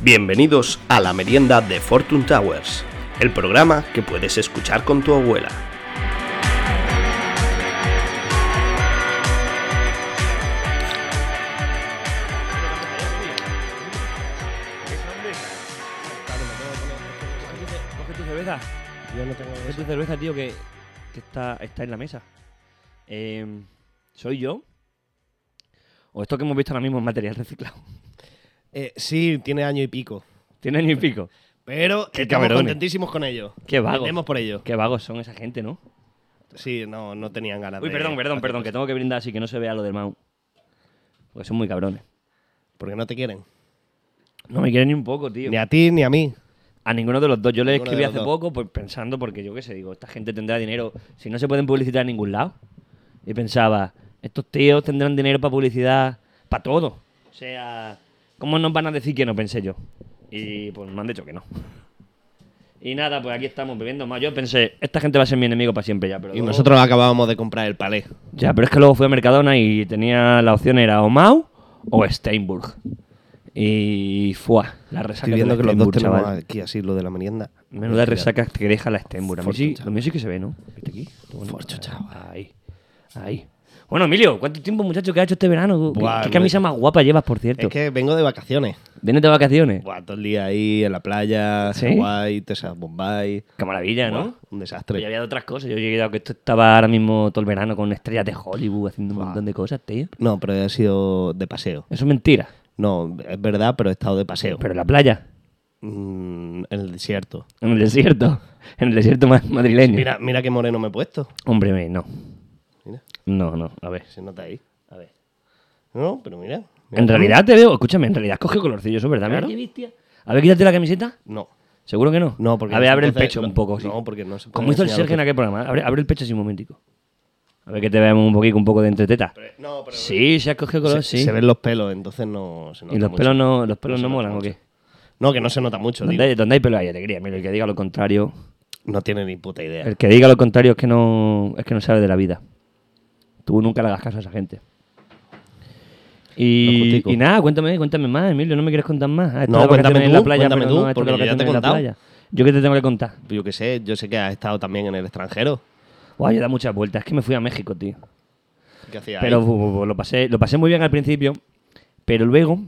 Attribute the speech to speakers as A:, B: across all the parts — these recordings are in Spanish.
A: Bienvenidos a la merienda de Fortune Towers, el programa que puedes escuchar con tu abuela.
B: Coge tu cerveza.
C: Yo no tengo
B: Coge tu
C: eso.
B: cerveza, tío, que, que está, está en la mesa. Eh, ¿Soy yo? ¿O esto que hemos visto ahora mismo es material reciclado?
C: Eh, sí, tiene año y pico.
B: Tiene año y pico.
C: Pero
B: Qué
C: estamos
B: cabrones.
C: contentísimos con ello.
B: Qué vagos.
C: Vendemos por ello.
B: Qué vagos son esa gente, ¿no?
C: Sí, no, no tenían ganas
B: Uy,
C: de-
B: perdón, perdón, perdón, que tengo que brindar así que no se vea lo del Mau. Porque son muy cabrones.
C: Porque no te quieren.
B: No me quieren ni un poco, tío.
C: Ni a ti ni a mí.
B: A ninguno de los dos. Yo le
C: Ninguno de
B: escribí
C: los
B: hace
C: dos.
B: poco pues, pensando, porque yo qué sé, digo, esta gente tendrá dinero. Si no se pueden publicitar en ningún lado. Y pensaba, estos tíos tendrán dinero para publicidad, para todo. O sea, ¿cómo nos van a decir que no? Pensé yo. Y pues me han dicho que no. Y nada, pues aquí estamos bebiendo más. Yo pensé, esta gente va a ser mi enemigo para siempre ya. Pero
C: Y
B: luego-
C: nosotros acabábamos de comprar el palé.
B: Ya, pero es que luego fui a Mercadona y tenía la opción era o Mau o Steinburg. Y fue la resaca
C: Estoy viendo
B: del
C: que los dos
B: Steinburg,
C: tenemos
B: chaval.
C: aquí así lo de la merienda.
B: Menuda resaca que deja la Steinburg. A mí sí,
C: Forchucha.
B: lo mío sí que se ve, ¿no? ¿Viste aquí? Qué bonito. Ah,
C: Forchucha, chaval.
B: Ahí, ahí. Bueno, Emilio, ¿cuánto tiempo, muchacho, que has hecho este verano? ¿Qué,
C: Buah,
B: qué
C: me-
B: camisa más guapa llevas, por cierto?
C: Es que vengo de vacaciones.
B: Vienes de vacaciones.
C: Buah, todo el día ahí en la playa,
B: ¿Sí?
C: Hawái, Texas, Bombay.
B: Qué maravilla, ¿no?
C: Buah, Un
B: Pero Yo
C: desastre.
B: había de otras cosas. Yo llegué a que esto estaba ahora mismo todo el verano con estrellas de Hollywood haciendo un
C: Buah.
B: montón de cosas, tío.
C: No, pero he sido de paseo.
B: Eso es mentira.
C: No, es verdad, pero he estado de paseo.
B: Pero en la playa,
C: Mm, en el desierto.
B: en el desierto, en el desierto ma- madrileño.
C: Mira, mira qué moreno me he puesto.
B: Hombre, me- no.
C: Mira,
B: No, no, a ver.
C: se nota ahí.
B: A ver.
C: No, pero mira. mira
B: En
C: tú.
B: realidad te veo, escúchame, en realidad coge colorcillo, eso es verdad.
C: Claro.
B: Mira qué bestia. A ver, quítate la camiseta.
C: No.
B: ¿Seguro que no?
C: No, porque
B: A ver, abre el
C: entonces-
B: pecho un poco. sí.
C: no, porque no se puede
B: Como hizo el
C: enseñar lo
B: Sergio en
C: que-
B: aquel programa. Abre, abre el pecho así un momentico. A ver que te veamos un poquito, un poco de entreteta.
C: No, pero.
B: Sí, se ha cogido
C: Se,
B: color, Ah, sí.
C: se ven los pelos, entonces no se nota
B: y los
C: mucho.
B: pelos no, los pelos
C: No
B: no,
C: se nota
B: molan, ¿o qué?
C: No, que no se nota mucho,
B: ¿Dónde
C: digo.
B: hay, donde hay pelo hay alegría. Mira, el que diga lo contrario.
C: No tiene ni puta idea.
B: El que diga lo contrario es que no, es que no sabe de la vida. Tú nunca le hagas caso a esa gente.
C: Lo
B: Y,
C: justico.
B: y nada, cuéntame, cuéntame más, Emilio, no me quieres contar más. Ah, esto
C: No,
B: de vacaciones
C: cuéntame
B: en
C: tú,
B: la playa,
C: cuéntame
B: pero
C: tú,
B: no, esto de
C: porque yo ya te he
B: vacaciones en la
C: contado.
B: playa. Yo qué te tengo que contar.
C: Yo qué sé, yo sé que has estado también en el extranjero.
B: Guau, yo he dado muchas vueltas, es que me fui a México, tío.
C: ¿Qué hacías
B: Pero
C: ahí?
B: bu- bu- bu- lo, pasé, lo pasé muy bien al principio, pero luego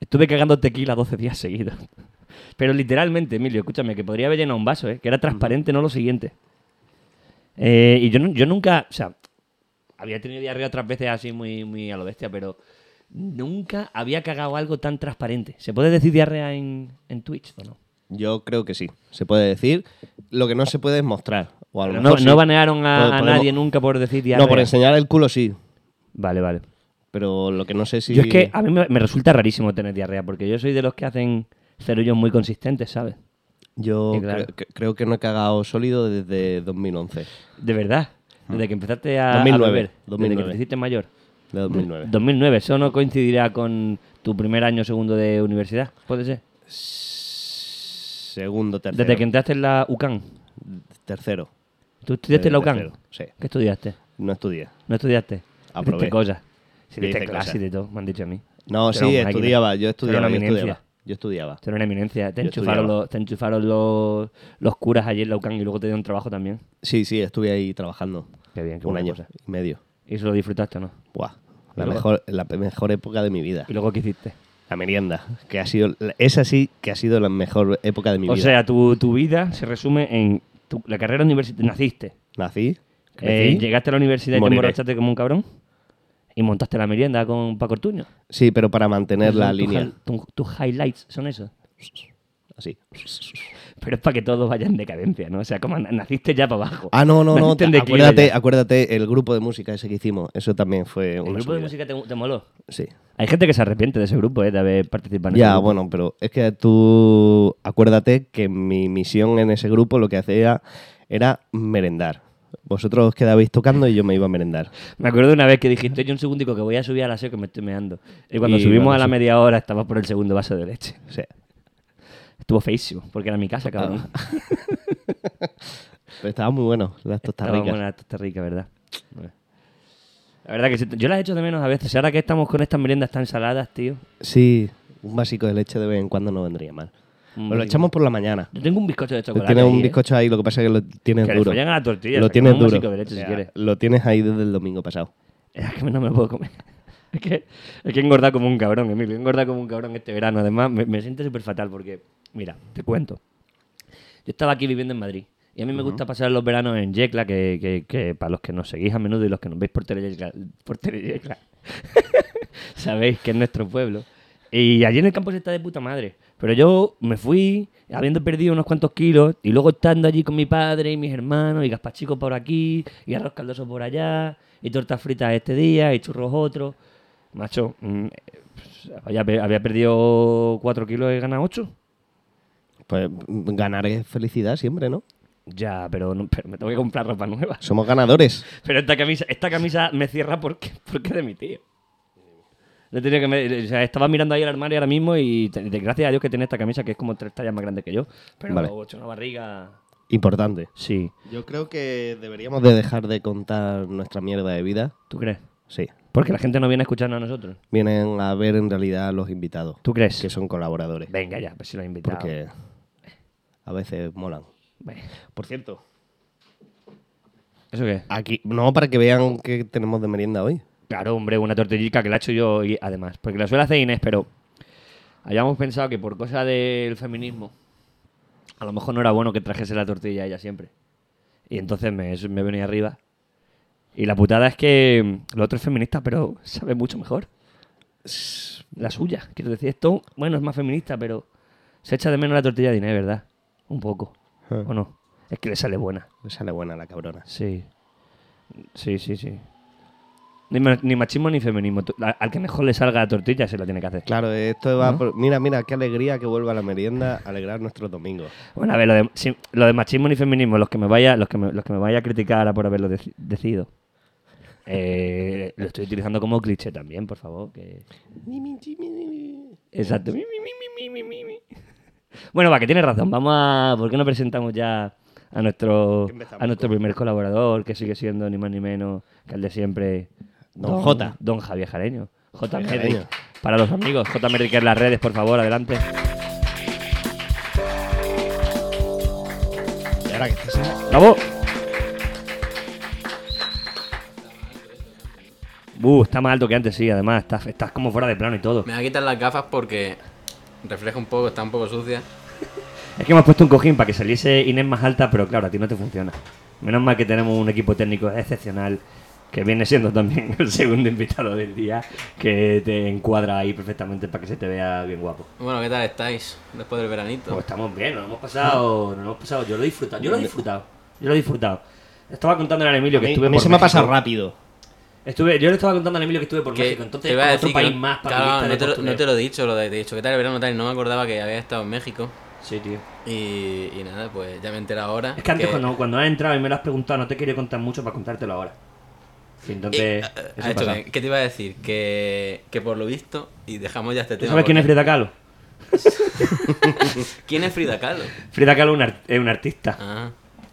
B: estuve cagando tequila 12 días seguidos. Pero literalmente, Emilio, escúchame, que podría haber llenado un vaso, ¿eh? que era transparente, no lo siguiente. Eh, y yo, nu- yo nunca, o sea, había tenido diarrea otras veces así muy, muy a lo bestia, pero nunca había cagado algo tan transparente. ¿Se puede decir diarrea en, en Twitch o no?
C: Yo creo que sí. Se puede decir. Lo que no se puede es mostrar. O a lo
B: Pero
C: mejor
B: no, no
C: sí.
B: banearon a,
C: Pod-
B: a
C: podemos-
B: nadie nunca por decir diarrea.
C: No, por enseñar el culo sí.
B: Vale, vale.
C: Pero lo que no sé si.
B: Yo es que a mí me, me resulta rarísimo tener diarrea, porque yo soy de los que hacen cerullos muy consistentes, ¿sabes?
C: Yo
B: Sí, claro.
C: cre- cre- creo que no he cagado sólido desde 2011.
B: De verdad.
C: Ah.
B: Desde que empezaste a, a
C: 2009,
B: beber, desde que
C: 2009.
B: te hiciste mayor.
C: De 2009.
B: 2009, eso no coincidirá con tu primer año segundo de universidad, puede ser.
C: Segundo, tercero.
B: Desde que entraste en la UCAN.
C: Tercero.
B: ¿Tú estudiaste en la
C: Desde
B: UCAN?
C: tercero, sí.
B: ¿Qué estudiaste?
C: No estudié.
B: ¿No estudiaste?
C: Aprobé.
B: Hiciste cosas. Sí,
C: Yo
B: diste
C: hice
B: clases y
C: cosas.
B: de todo, me han dicho a mí.
C: No,
B: Tú eras
C: sí,
B: una máquina.
C: estudiaba. Yo
B: Tú eras
C: estudiaba.
B: una
C: Yo
B: eminencia.
C: estudiaba. Yo estudiaba.
B: Tú eres una eminencia. Te
C: Yo
B: enchufaron,
C: estudiaba.
B: los, te enchufaron los, los curas allí en la UCAN y luego te dieron trabajo también.
C: Sí, sí, estuve ahí trabajando.
B: Qué bien, qué
C: Un
B: buena
C: año
B: cosa.
C: y medio.
B: ¿Y eso lo disfrutaste o no?
C: Buah. La
B: Luego-
C: mejor, la pe- mejor época de mi vida.
B: ¿Y luego qué hiciste?
C: La merienda. Que ha sido, esa sí que ha sido la mejor época de mi
B: o
C: vida.
B: sea, tu, tu vida se resume en tu- la carrera universitaria. Naciste,
C: Nací,
B: eh,
C: crecí.
B: llegaste a la universidad y te
C: moriré.
B: emborrachaste como un cabrón y montaste la merienda con Paco Ortuño.
C: sí, pero para mantener
B: Esos
C: la
B: son tus
C: línea.
B: hi- tu- Tus highlights son esos.
C: Así.
B: Pero es para que todos vayan en decadencia, ¿no? O sea, como na- naciste ya para abajo.
C: Ah, no, no, no.
B: Naciste en declive
C: Acuérdate,
B: ya.
C: acuérdate, el grupo de música ese que hicimos. Eso también fue
B: ¿El
C: una
B: grupo de
C: subida.
B: música te, te moló?
C: Sí.
B: Hay gente que se arrepiente de ese grupo, ¿eh? De haber participado en ese
C: Ya,
B: grupo.
C: bueno, pero es que tú acuérdate que mi misión en ese grupo lo que hacía era merendar. Vosotros os quedabais tocando y yo me iba a merendar.
B: Me acuerdo una vez que dijiste, yo un segundico que voy a subir a la SEO que me estoy meando. Y cuando
C: Y
B: subimos
C: cuando
B: a la
C: sub-
B: media hora estabas por el segundo vaso de leche.
C: O sea,
B: Estuvo feísimo, porque era mi casa, cabrón.
D: Ah,
C: pero estaba muy bueno, las tostas
B: Estaba
C: ricas.
B: buena la tosta rica, ¿verdad? La verdad que sí, yo las echo de menos a veces. Ahora que estamos con estas meriendas tan saladas, tío,
C: Sí,
D: un vasico de leche de vez en cuando no vendría mal.
B: Un
D: Pero lo
B: vasico.
D: echamos por la mañana.
B: Yo tengo un bizcocho de chocolate.
D: Tienes
B: ahí,
D: un
B: ¿eh?
D: bizcocho ahí, lo que pasa es que lo tienes
B: Que le
D: duro.
B: follan a la tortilla,
D: Lo
B: saca
D: tienes
B: un
D: duro.
B: vasico de leche si quieres.
D: Lo tienes ahí desde el domingo pasado.
B: Es que no me lo puedo comer. Es que, es que he engordado como un cabrón, Emilio. He engordado como un cabrón este verano. Además, me, me siento súper fatal porque, mira, te cuento. Yo estaba aquí viviendo en Madrid. Y a mí me gusta pasar los veranos en Yecla, que, que- que para los que nos seguís a menudo y los que nos veis por Teleyecla, por Teleyecla, sabéis que es nuestro pueblo. Y allí en el campo se está de puta madre. Pero yo me fui habiendo perdido unos cuantos kilos y luego estando allí con mi padre y mis hermanos y gazpachico por aquí y arroz caldoso por allá y tortas fritas este día y churros otro. Macho, mm, eh, pues, había, pe- había perdido 4 kilos y ganado 8.
D: Pues mm, ganar es felicidad siempre, ¿no?
B: Ya, pero, no- pero me tengo que comprar ropa nueva.
D: Somos ganadores.
B: Pero esta camisa, esta camisa me cierra porque, porque es de mi tío. Le he tenido que me- o sea, estaba mirando ahí el armario ahora mismo y te- de- gracias a Dios que tiene esta camisa que es como tres tallas más grande que yo. Pero
D: Vale.
B: he hecho una barriga.
D: Importante.
B: Sí.
D: Yo creo que deberíamos de dejar de contar nuestra mierda de vida.
B: ¿Tú crees?
D: Sí.
B: Porque la gente no viene a escucharnos a nosotros.
D: Vienen a ver en realidad los invitados,
B: ¿Tú crees?
D: que son colaboradores.
B: Venga ya, pues si lo he invitado.
D: Porque a veces molan.
B: Venga.
D: Por cierto,
B: ¿Eso qué?
D: aquí, no para que vean qué tenemos de merienda hoy.
B: Claro, hombre, una tortillita que la he hecho yo y además. Porque la suele hacer Inés, pero habíamos pensado que por cosa del feminismo, a lo mejor no era bueno que trajese la tortilla ella siempre. Y entonces me, eso me venía arriba. Y la putada es que mm, lo otro es feminista, pero sabe mucho mejor. La suya. Quiero decir, esto, bueno, es más feminista, pero se echa de menos la tortilla de Inés, ¿verdad? Un poco.
D: Ah.
B: ¿O no? Es que le sale buena.
D: Me Sale buena la cabrona.
B: Sí. Sí, sí, sí. Ni, ma- ni machismo ni feminismo. Tú- la- Al que mejor le salga la tortilla se la tiene que hacer.
D: Claro, esto va
B: ¿No?
D: por- Mira, mira, qué alegría que vuelva la merienda a alegrar nuestros domingos.
B: Bueno, a ver, lo de, sí, lo de machismo ni feminismo, los que me vaya, los que me, los que me vaya a criticar ahora por haberlo deci- decidido. Eh, lo estoy utilizando como cliché también, por favor. que- Exacto. Mi, mi, mi, mi, mi, mi, mi. Bueno, va, que tienes razón. Vamos a. ¿Por qué no presentamos ya a nuestro,
D: Empezamos
B: a nuestro primer colaborador, que sigue siendo ni más ni menos que el de siempre.
D: Don Jota.
B: Don Javier Jareño. J.
D: Javier
B: Merrick.
D: Jareño.
B: Para los amigos, J. Merrick en las redes, por favor, adelante.
D: Y ahora que estás-
B: ¡Bravo! Uh, está más alto que antes, sí, además. Estás estás como fuera de plano y todo.
E: Me voy a quitar las gafas porque refleja un poco, está un poco sucia.
B: Es que hemos puesto un cojín para que saliese Inés más alta, pero claro, a ti no te funciona. Menos mal que tenemos un equipo técnico excepcional, que viene siendo también el segundo invitado del día, que te encuadra ahí perfectamente para que se te vea bien guapo.
E: Bueno, ¿qué tal estáis después del veranito?
B: Pues estamos bien, nos hemos pasado, nos hemos pasado, yo lo he disfrutado, yo lo he disfrutado, yo lo he disfrutado. Estaba contando a Emilio
D: A
B: que
D: mí,
B: estuve
D: a mí
B: por
D: se me ha
B: México.
D: pasado rápido.
B: Estuve, yo le estaba contando a Emilio que estuve por
E: Que
B: México, entonces
E: te iba a
B: como
E: decir
B: otro país
E: que no-
B: más para mi lista
E: claro,
B: de
E: no te, lo, no
B: postureo.
E: te lo he dicho, lo de, te he dicho, ¿qué tal el verano tal? No me acordaba que había estado en México.
B: Sí, tío.
E: Y, y nada, pues ya me enteré ahora.
B: Es que antes cuando, cuando has entrado y me lo has preguntado, no te quería contar mucho para contártelo ahora. Y entonces,
E: Ah,
B: eso
E: ah, esto,
B: pasa.
E: ¿Qué te iba a decir? Que, que por lo visto, y dejamos ya este
B: ¿Tú
E: tema.
B: sabes quién es
E: porque-
B: Frida Kahlo?
E: ¿Quién es Frida Kahlo?
B: Frida Kahlo es una ar- es una artista
E: Ah,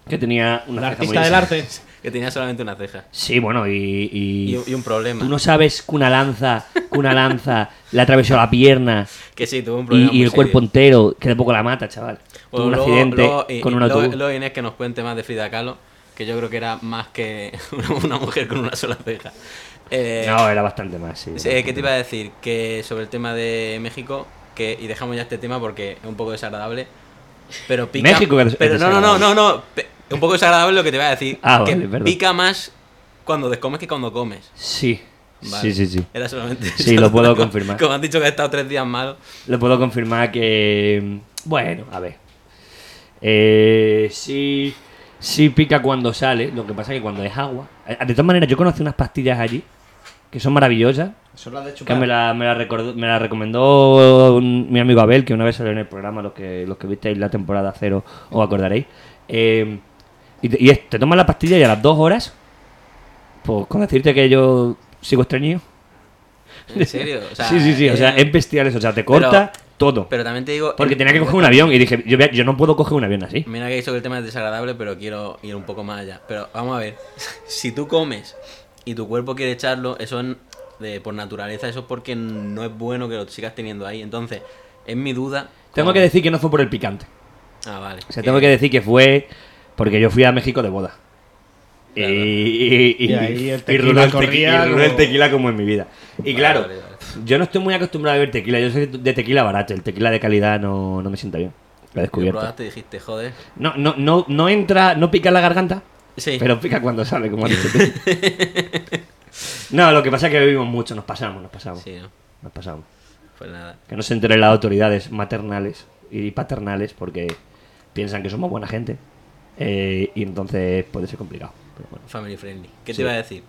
B: que tenía una ceja muy lisa.
D: arte.
E: que tenía solamente una ceja.
B: Sí, bueno, y, y-
E: Y, y un problema.
B: Tú no sabes que una lanza, que una lanza le atravesó la pierna
E: Que sí, tuvo un
B: y,
E: problema.
B: y
E: muy
B: el cuerpo
E: serio.
B: entero, que de poco la mata, chaval. Tuvo
E: Bueno,
B: un
E: luego-
B: accidente
E: luego- y-
B: con
E: y
B: un
E: luego-
B: autobús.
E: Luego Inés que nos cuente más de Frida Kahlo, que yo creo que era más que una, una mujer con una sola ceja. Eh,
B: no, era bastante más, sí.
E: eh, ¿Qué te iba a decir? Que sobre el tema de México, que, y dejamos ya este tema porque es un poco desagradable, pero pica...
B: México es des-
E: pero
B: es
E: no, no, no, no,
B: desagradable.
E: no, pe- un poco desagradable lo que te iba a decir,
B: Ah,
E: que
B: vale, perdón.
E: pica más cuando descomes que cuando comes.
B: Sí,
E: Vale.
B: sí, sí, sí.
E: Era solamente
B: Sí,
E: eso.
B: lo puedo confirmar.
E: Como han dicho que he estado tres días malo.
B: Lo puedo confirmar que. Bueno, a ver. Eh, sí, sí pica cuando sale. Lo que pasa es que cuando es agua. Eh, De todas maneras, yo conocí unas pastillas allí que son maravillosas. Que me la, me, la recordó- me la recomendó un- mi amigo Abel, que una vez salió en el programa, los que, los que visteis la temporada cero os acordaréis. Eh, y te, y es- te tomas la pastilla y a las dos horas, pues con decirte que yo sigo estreñido.
E: En serio. O sea,
B: sí, sí, sí, o sea,
E: eh,
B: es bestial eso, o sea, te corta todo.
E: Pero también te digo...
B: Porque
E: eh,
B: tenía que coger un avión y dije, yo, voy a- yo no puedo coger un avión así.
E: Mira que he dicho que el tema es desagradable, pero quiero ir un poco más allá. Pero vamos a ver, si tú comes y tu cuerpo quiere echarlo, eso n- de- por naturaleza, eso es porque no es bueno que lo sigas teniendo ahí. Entonces, es mi duda.
B: Tengo
E: con-
B: que decir que no fue por el picante.
E: Ah, vale.
B: O sea, tengo que decir que fue porque yo fui a México de boda. Y,
E: Claro.
B: y, y-
C: Y ahí el
B: y
C: tequila
B: ruló el tequi-
C: corría
B: y ruló
C: como-
B: el tequila como en mi vida. Y
E: Vale,
B: claro,
E: vale, vale.
B: yo no estoy muy acostumbrado a ver tequila. Yo soy de tequila barato. El tequila de calidad no, no me sienta bien. Lo he
E: Lo
B: descubierto.
E: probaste y dijiste, joder.
B: No, no, no, no entra, no pica en la garganta,
E: Sí.
B: pero pica cuando sale, como has dicho tú. No, lo que pasa es que bebimos mucho, nos pasamos, nos pasamos.
E: Sí, ¿no?
B: Nos pasamos.
E: Pues nada.
B: Que no se enteren las autoridades maternales y paternales porque piensan que somos buena gente. eh, y entonces puede ser complicado. Pero bueno.
E: Family friendly. ¿Qué
B: Sí.
E: te iba a decir?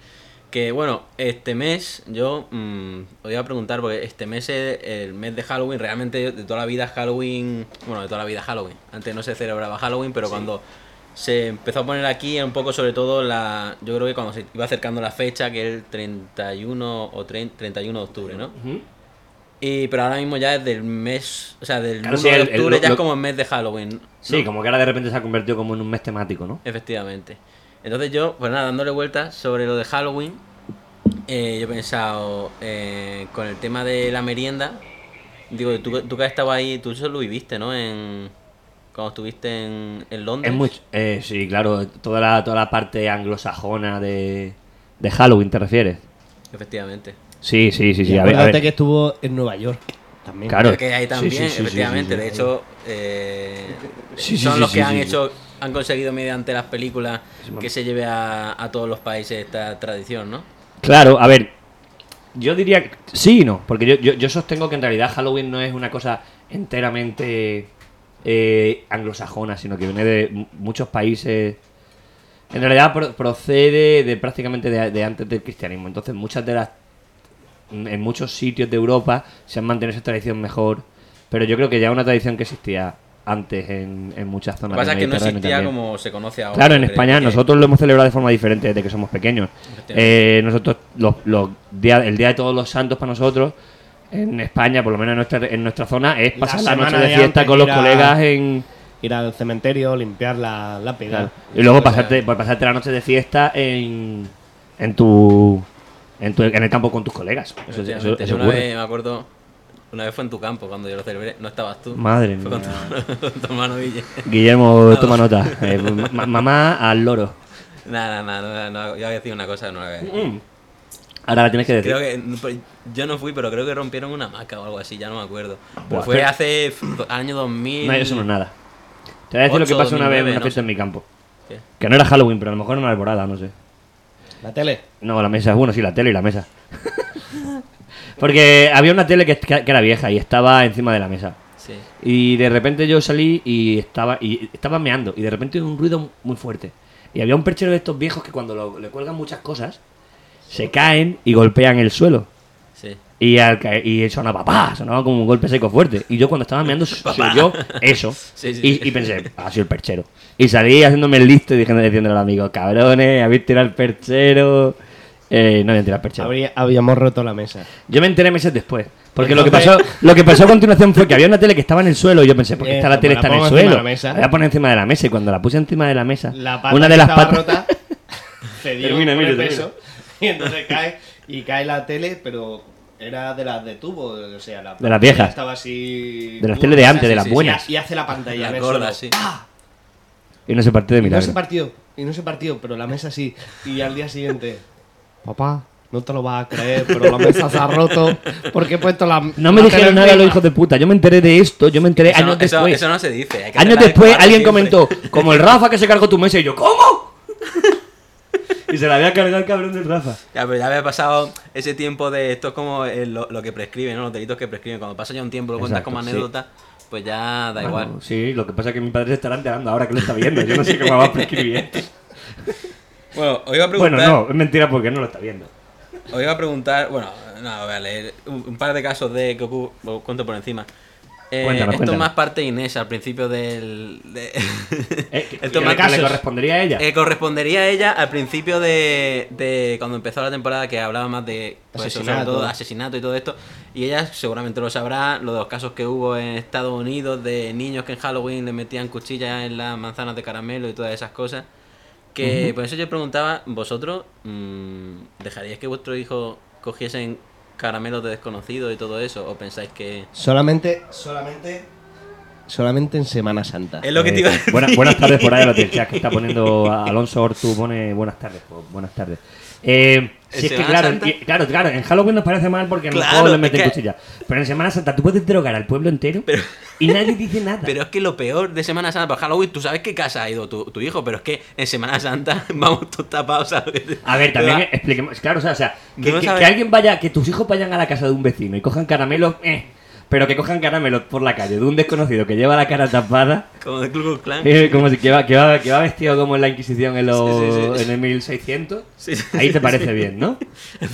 E: Que bueno, este mes yo mm, os iba a preguntar, porque este mes es el mes de Halloween, realmente yo de toda la vida Halloween, bueno, de toda la vida Halloween. Antes no se celebraba Halloween, pero cuando se empezó a poner aquí, era un poco sobre todo la, yo creo que cuando se iba acercando la fecha, que es el 31 o 30 31 de octubre, ¿no? Y, pero ahora mismo ya es del mes, o sea, del
B: Claro,
E: 1
B: sí,
E: de
B: el- el-
E: octubre
B: lo-
E: ya
B: lo-
E: es como el mes de Halloween.
B: Sí, como que ahora de repente se ha convertido como en un mes temático, ¿no?
E: Efectivamente. Entonces yo, pues nada, dándole vueltas sobre lo de Halloween, eh, yo he pensado eh, con el tema de la merienda. Digo, tú, tú que has estado ahí, tú eso lo viviste, ¿no? En, cuando estuviste en, en Londres.
B: Es mucho. eh, sí, claro, toda la, toda la parte anglosajona de, de Halloween, ¿te refieres?
E: Efectivamente.
B: Sí, sí, sí, sí.
D: Y
B: A ver, a
D: acuérdate
B: ver.
D: que estuvo en Nueva York también.
B: Claro.
E: Que hay
B: Sí,
E: también,
B: sí, sí, sí,
E: efectivamente.
B: sí, sí.
E: de hecho, eh,
B: Sí, sí,
E: son
B: sí,
E: los
B: sí,
E: que han
B: sí, sí.
E: hecho, han conseguido mediante las películas
B: mamá.
E: que se lleve a, a todos los países esta tradición, ¿no?
B: Claro, a ver. Yo diría que sí y no, porque yo, yo, yo sostengo que en realidad Halloween no es una cosa enteramente eh, anglosajona, sino que viene de mu- muchos países. En realidad pro- procede de prácticamente de, de antes del cristianismo. Entonces, muchas de las. mm, En muchos sitios de Europa se han mantenido esa tradición mejor. Pero yo creo que ya es una tradición que existía antes en, en muchas
E: Lo
B: zonas
E: que pasa es que no
B: Mediterráneo
E: existía
B: también.
E: como se conoce ahora.
B: Claro, en
E: yo creo,
B: España
E: porque-
B: nosotros lo hemos celebrado de forma diferente desde que somos pequeños.
E: Efectivamente.
B: Eh, nosotros, los, los días- el Día de Todos los Santos para nosotros, en España, por lo menos en nuestra, en nuestra zona, es
D: La
B: pasar la, noche
D: semana
B: de
D: de
B: fiesta
D: antes
B: con los
D: ir a-
B: colegas en...
D: Ir al cementerio, limpiar la lápida.
B: Y luego
E: Eso
B: pasarte,
E: es.
B: pues, pasarte la noche de fiesta en, en tu... En, tu- en el campo con tus colegas. Eso, eso-
E: Efectivamente,
B: eso
E: yo una
B: ocurre.
E: vez me acuerdo, una vez fue en tu campo cuando yo lo celebré, no estabas tú.
B: Madre
E: Fue con tu,
B: mía.
E: con tu hermano Ville.
B: Guillermo, toma nota. Eh, ma- mamá al loro.
E: Nada, nada, nada, no, no, yo había decidido una cosa, no la voy a decir.
B: Mm. Ahora la tienes que decir.
E: Creo que pues, yo no fui, pero creo que rompieron una maca o algo así, ya no me acuerdo. Pero
B: Buah,
E: fue
B: pero-
E: hace f- año 2000.
B: No, eso no es nada. Te voy a decir lo que
E: Ocho,
B: pasó una vez en
E: 2009,
B: una
E: no
B: fiesta
E: sé.
B: en mi campo.
E: ¿Qué?
B: Que no era Halloween, pero a lo mejor era una alborada, no sé.
D: La tele.
B: No, la mesa, bueno, sí, la tele y la mesa. Porque había una tele que, que era vieja y estaba encima de la mesa.
E: Sí.
B: Y de repente yo salí y estaba, y estaba meando. Y de repente hubo un ruido muy fuerte. Y había un perchero de estos viejos que cuando lo- le cuelgan muchas cosas, se caen y golpean el suelo.
E: Sí.
B: Y, al caer- y sonaba papá, sonaba como un golpe seco fuerte. Y yo cuando estaba meando se se oyó eso.
E: Sí, sí,
B: y,
E: sí.
B: y pensé, ha sido el perchero. Y salí haciéndome el listo y diciendo, diciendo al amigo, cabrones, habéis tirado el perchero. Eh, no habían tirado el perchero.
D: Habría- habíamos roto la mesa.
B: Yo me enteré meses después. Porque lo que pasó
D: Entonces-
B: lo que pasó a continuación fue que había una tele que estaba en el suelo y yo pensé, ¿por qué
D: Eh,
B: está la
D: como
B: tele
D: la
B: está en el
D: pongo encima
B: suelo?
D: de la mesa.
B: La voy a poner encima de la mesa y cuando la puse encima de la mesa,
D: La pata
B: una de
D: que
B: las
D: estaba
B: patas
D: rota cedió
B: Termina,
D: por
B: Emilio,
D: el peso y entonces cae y cae la tele, pero era de las de tubo, o sea, la
B: De las viejas.
D: Estaba así
B: de las tele de
D: curva,
B: antes,
E: sí,
B: de las
E: sí,
D: y-
B: buenas.
D: Y hace la pantalla
E: La
D: en el
E: gorda,
D: suelo.
E: sí.
D: ¡Ah!
B: Y no se partió de
D: Y no
B: milagro.
D: se partió, y no se partió, pero la mesa sí. Y al día siguiente, papá, no te lo vas a creer, pero la mesa se ha roto porque he puesto la
B: No me
D: la
B: dijeron
D: tele
B: nada los
D: encima.
B: hijos de puta. Yo me enteré de esto, yo me enteré
E: Eso, no,
B: años
E: eso-
B: después.
E: eso no se dice. hay que
B: Años
E: tratar de
B: después
E: jugarlo
B: alguien
E: siempre.
B: comentó, como el Rafa que se cargó tu mesa, y yo, ¿cómo? y se la había cargado el cabrón del Rafa.
E: Ya, pero ya había pasado ese tiempo de esto es como eh, lo, lo que prescriben, ¿no? Los delitos que prescriben. Cuando pasa ya un tiempo, lo cuentas
B: Exacto,
E: como
B: sí.
E: anécdota, pues ya da
B: Bueno,
E: igual.
B: Sí, lo que pasa es que mi padre se estará enterando ahora que lo está viendo. Yo no sé cómo va a prescribir.
E: Bueno, os iba a preguntar.
B: bueno, no, es mentira porque no lo está viendo.
E: Os iba a preguntar, bueno, no, voy a leer un, un par de casos de que ocurre, os cuento por encima. Eh,
B: Cuéntanos,
E: esto es
B: cuéntanos.
E: más parte de Inés al principio del. de-
B: Eh, que-
E: esto
B: que
E: más
B: le- que le correspondería a ella.
E: eh, correspondería a ella al principio de, de cuando empezó la temporada que hablaba más de pues, eso, sobre
D: Asesinato.
E: todo, asesinato y todo esto. Y ella seguramente lo sabrá, lo de los casos que hubo en Estados Unidos de niños que en Halloween le metían cuchillas en las manzanas de caramelo y todas esas cosas. pues, Que por eso yo preguntaba, vosotros mm, dejaríais que vuestro hijo cogiesen caramelos de desconocidos y todo eso? ¿O pensáis que.?
D: Solamente, solamente, solamente en Semana Santa.
E: Es lo que te iba a decir.
B: Eh, Buena- buenas tardes por ahí, lo que que está poniendo a- Alonso Ortu. Pone buenas tardes, pues, buenas tardes. Eh, si es que,
E: Semana
B: claro,
E: Santa?
B: y- claro, claro, en Halloween nos parece mal porque a lo
E: Claro,
B: mejor le
E: es
B: meten
E: que-
B: cuchilla. Pero en Semana Santa tú puedes drogar al pueblo entero y nadie dice nada.
E: Pero es que lo peor de Semana Santa para Halloween, tú sabes qué casa ha ido tu, tu hijo, pero es que en Semana Santa vamos todos tapados. ¿sabes?
B: A ver,
E: Va-
B: también expliquemos. Claro, o sea, o sea, que,
E: No
B: que-
E: sabes-
B: que alguien vaya, que tus hijos vayan a la casa de un vecino y cojan caramelos, eh, pero que cojan caramelos por la calle de un desconocido que lleva la cara tapada,
E: Como de Ku Klux Klan.
B: eh, como si que va, que, va, que va vestido como en la Inquisición en, los,
E: Sí, sí, sí.
B: en el 1600.
E: Sí, sí,
B: Ahí te
E: sí,
B: parece
E: sí.
B: bien, ¿no?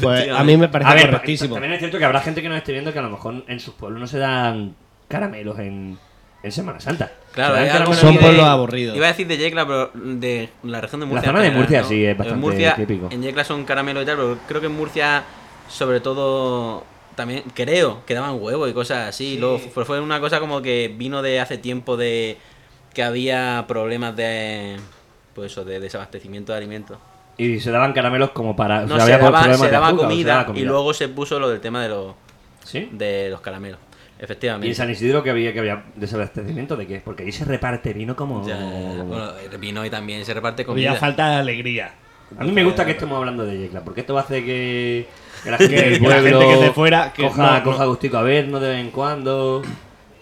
D: Pues a mí me parece
B: a ver,
D: correctísimo.
B: también es cierto que habrá gente que nos esté viendo que a lo mejor en sus pueblos no se dan caramelos en, en Semana Santa.
E: Claro,
B: Se dan
E: es algo
B: caramelos
D: Son
E: muy
B: en-
E: de-
D: pueblos aburridos.
E: Iba a decir de Yecla, pero de la región de Murcia. en
B: zona de Murcia
E: ¿no?
B: sí es bastante
E: en Murcia,
B: típico.
E: En Yecla son caramelos y tal, pero creo que en Murcia, sobre todo, también creo que daban huevo y cosas así. Luego fue, fue una cosa como que vino de hace tiempo de que había problemas de. Pues eso, de desabastecimiento de alimentos.
B: Y se daban caramelos como para.
E: No,
B: o sea,
E: se,
B: había
E: daba,
B: problemas
E: se
B: de
E: daba
B: azúcar o se
E: comida,
B: daba
E: y luego se puso lo del tema de los,
B: ¿Sí?
E: de los caramelos.
B: Y en
E: Efectivamente.
B: San Isidro que había que había desabastecimiento de qué? Porque ahí se reparte vino como.
E: Ya, bueno, el vino y también se reparte
D: Había
E: comida.
D: falta de alegría.
B: a mí me gusta
E: eh,
B: que estemos hablando de Yecla, porque esto hace que, que la gente
D: Que
B: del
D: la gente
B: pueblo
D: que esté fuera, que
B: coja,
D: no-
B: coja
D: no.
B: gustico a vernos de vez en cuando.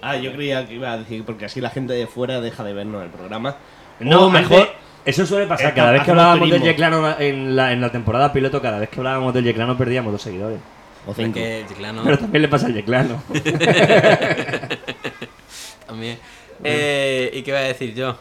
D: Ah, yo creía que iba a decir, porque así la gente de fuera deja de vernos el programa.
B: No,
D: O
B: mejor. Eso suele pasar.
D: Eh,
B: Cada vez que
D: hacemos
B: hablábamos del
D: turismo.
B: Yeclano en la, en la temporada piloto, cada vez que hablábamos del Yeclano perdíamos dos seguidores.
D: O
E: Es
D: cinco.
E: que, claro,
B: Pero también le pasa al Yeclano.
E: También. Eh, ¿Y qué iba a decir yo?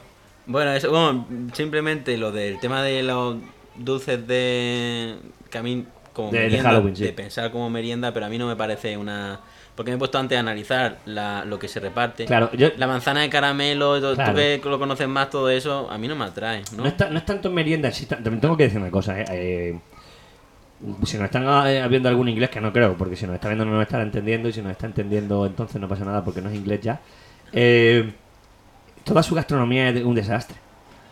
E: Bueno, eso, bueno, simplemente lo del tema de los dulces de. que a mí, como
B: De- de Halloween, sí.
E: de pensar como merienda, pero a mí no me parece una. Porque me he puesto antes a analizar la- lo que se reparte.
B: claro, yo,
E: La manzana de caramelo, y todo-
B: Claro.
E: tú que lo conoces más, todo eso, a mí no me atrae, ¿no?
B: No, es, ta- no es tanto merienda, sí, ta- también tengo que decir una cosa. eh, eh, si nos están eh, viendo algún inglés, que no creo, porque si nos está viendo no nos estará entendiendo, y si nos está entendiendo entonces no pasa nada porque no es inglés ya. Eh, toda su gastronomía es de- un desastre.